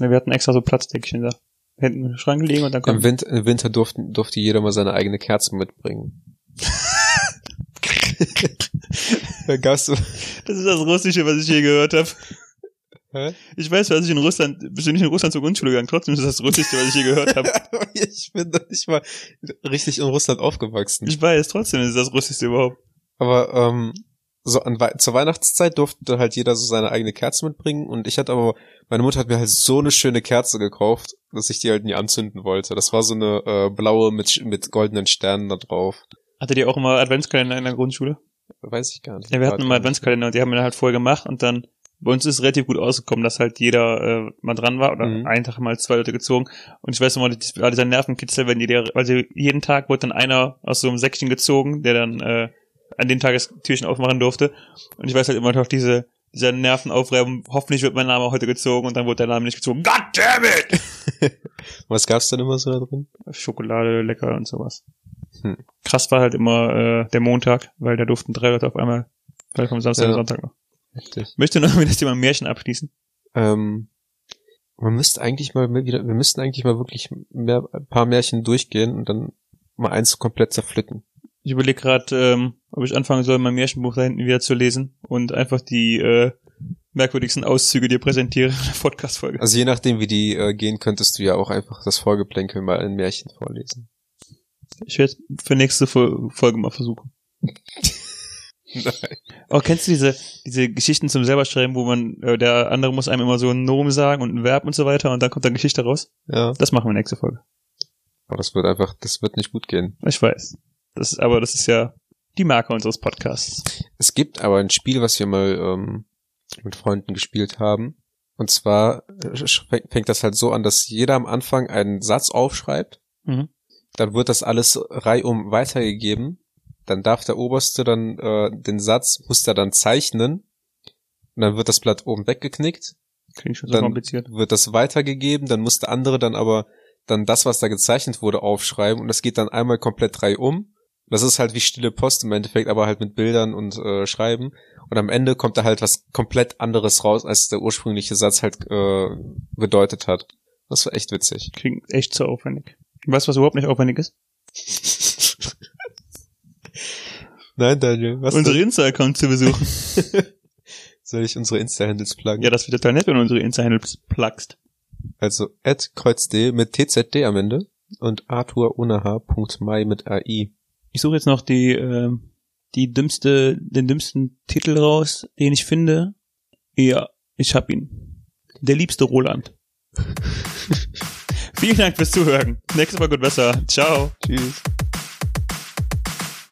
Speaker 1: Ja, wir hatten extra so Platzdeckchen da. Hinten im Schrank gelegen und dann
Speaker 2: Im,
Speaker 1: kommt.
Speaker 2: Win Im Winter durften, durfte jeder mal seine eigene Kerze mitbringen. Da gab's
Speaker 1: Das ist das Russische, was ich je gehört habe.
Speaker 2: Hä?
Speaker 1: Ich weiß, dass ich in Russland, bist du nicht in Russland zur Grundschule gegangen, trotzdem ist das das Russischste, was ich je gehört habe.
Speaker 2: ich bin doch nicht mal richtig in Russland aufgewachsen.
Speaker 1: Ich weiß, trotzdem ist es das Russischste überhaupt.
Speaker 2: Aber ähm, so an Wei zur Weihnachtszeit durfte dann halt jeder so seine eigene Kerze mitbringen und ich hatte aber, meine Mutter hat mir halt so eine schöne Kerze gekauft, dass ich die halt nie anzünden wollte. Das war so eine äh, blaue mit, sch- mit goldenen Sternen da drauf.
Speaker 1: Hattet ihr auch immer Adventskalender in der Grundschule?
Speaker 2: Weiß ich gar nicht.
Speaker 1: Ja, wir hatten immer Adventskalender und die haben wir halt vorher gemacht und dann bei uns ist relativ gut ausgekommen, dass halt jeder äh, mal dran war oder
Speaker 2: Mhm.
Speaker 1: einen Tag mal zwei Leute gezogen. Und ich weiß immer, das war dieser Nervenkitzel, wenn die der, also jeden Tag wurde dann einer aus so einem Säckchen gezogen, der dann äh, an dem Tag das Türchen aufmachen durfte. Und ich weiß halt immer noch diese dieser Nervenaufreibung, hoffentlich wird mein Name heute gezogen und dann wurde der Name nicht gezogen. God damn it!
Speaker 2: Was gab's denn immer so da drin?
Speaker 1: Schokolade, lecker und sowas.
Speaker 2: Hm.
Speaker 1: Krass war halt immer äh, der Montag, weil da durften drei Leute auf einmal, weil vom Samstag
Speaker 2: Ja.
Speaker 1: und Sonntag noch.
Speaker 2: Heftig.
Speaker 1: Möchte noch mit das Thema Märchen abschließen.
Speaker 2: Ähm, man müsste eigentlich mal mehr wieder, wir müssten eigentlich mal wirklich mehr, ein paar Märchen durchgehen und dann mal eins komplett zerpflücken.
Speaker 1: Ich überlege gerade, ähm, ob ich anfangen soll, mein Märchenbuch da hinten wieder zu lesen und einfach die äh, merkwürdigsten Auszüge dir präsentiere in der Podcast-Folge.
Speaker 2: Also je nachdem, wie die äh, gehen, könntest du ja auch einfach das Vorgeplänkel mal in Märchen vorlesen. Also
Speaker 1: Ich werde für nächste Fol Folge mal versuchen.
Speaker 2: Nein.
Speaker 1: Oh, kennst du diese, diese Geschichten zum selber schreiben, wo man, äh, der andere muss einem immer so einen Nomen sagen und ein Verb und so weiter und dann kommt dann Geschichte raus?
Speaker 2: Ja.
Speaker 1: Das machen wir nächste Folge.
Speaker 2: Aber das wird einfach, das wird nicht gut gehen.
Speaker 1: Ich weiß. Das ist, aber das ist ja die Marke unseres Podcasts.
Speaker 2: Es gibt aber ein Spiel, was wir mal ähm, mit Freunden gespielt haben. Und zwar äh, sch- fängt das halt so an, dass jeder am Anfang einen Satz aufschreibt.
Speaker 1: Mhm.
Speaker 2: Dann wird das alles reihum weitergegeben. Dann darf der Oberste dann äh, den Satz, muss er dann zeichnen. Und dann wird das Blatt oben weggeknickt.
Speaker 1: Klingt schon so
Speaker 2: Dann-
Speaker 1: kompliziert.
Speaker 2: wird das weitergegeben, dann muss der andere dann aber dann das, was da gezeichnet wurde, aufschreiben und das geht dann einmal komplett drei um. Das ist halt wie stille Post im Endeffekt, aber halt mit Bildern und äh, Schreiben. Und am Ende kommt da halt was komplett anderes raus, als der ursprüngliche Satz halt äh, bedeutet hat. Das war echt witzig.
Speaker 1: Klingt echt zu aufwendig. Weißt du, was überhaupt nicht aufwendig ist?
Speaker 2: Nein, Daniel, was
Speaker 1: Unsere Insta-Account zu besuchen.
Speaker 2: soll ich unsere Insta-Handles pluggen?
Speaker 1: Ja, das wird total nett, wenn du unsere Insta-Handles pluggst.
Speaker 2: Also at kreuzd mit tzd am Ende und arthur ohne H. Mai mit ai.
Speaker 1: Ich suche jetzt noch die, ähm, die dümmste, den dümmsten Titel raus, den ich finde. Ja, ich hab ihn. Der liebste Roland. Vielen Dank fürs Zuhören. Nächstes Mal gut besser. Ciao.
Speaker 2: Tschüss.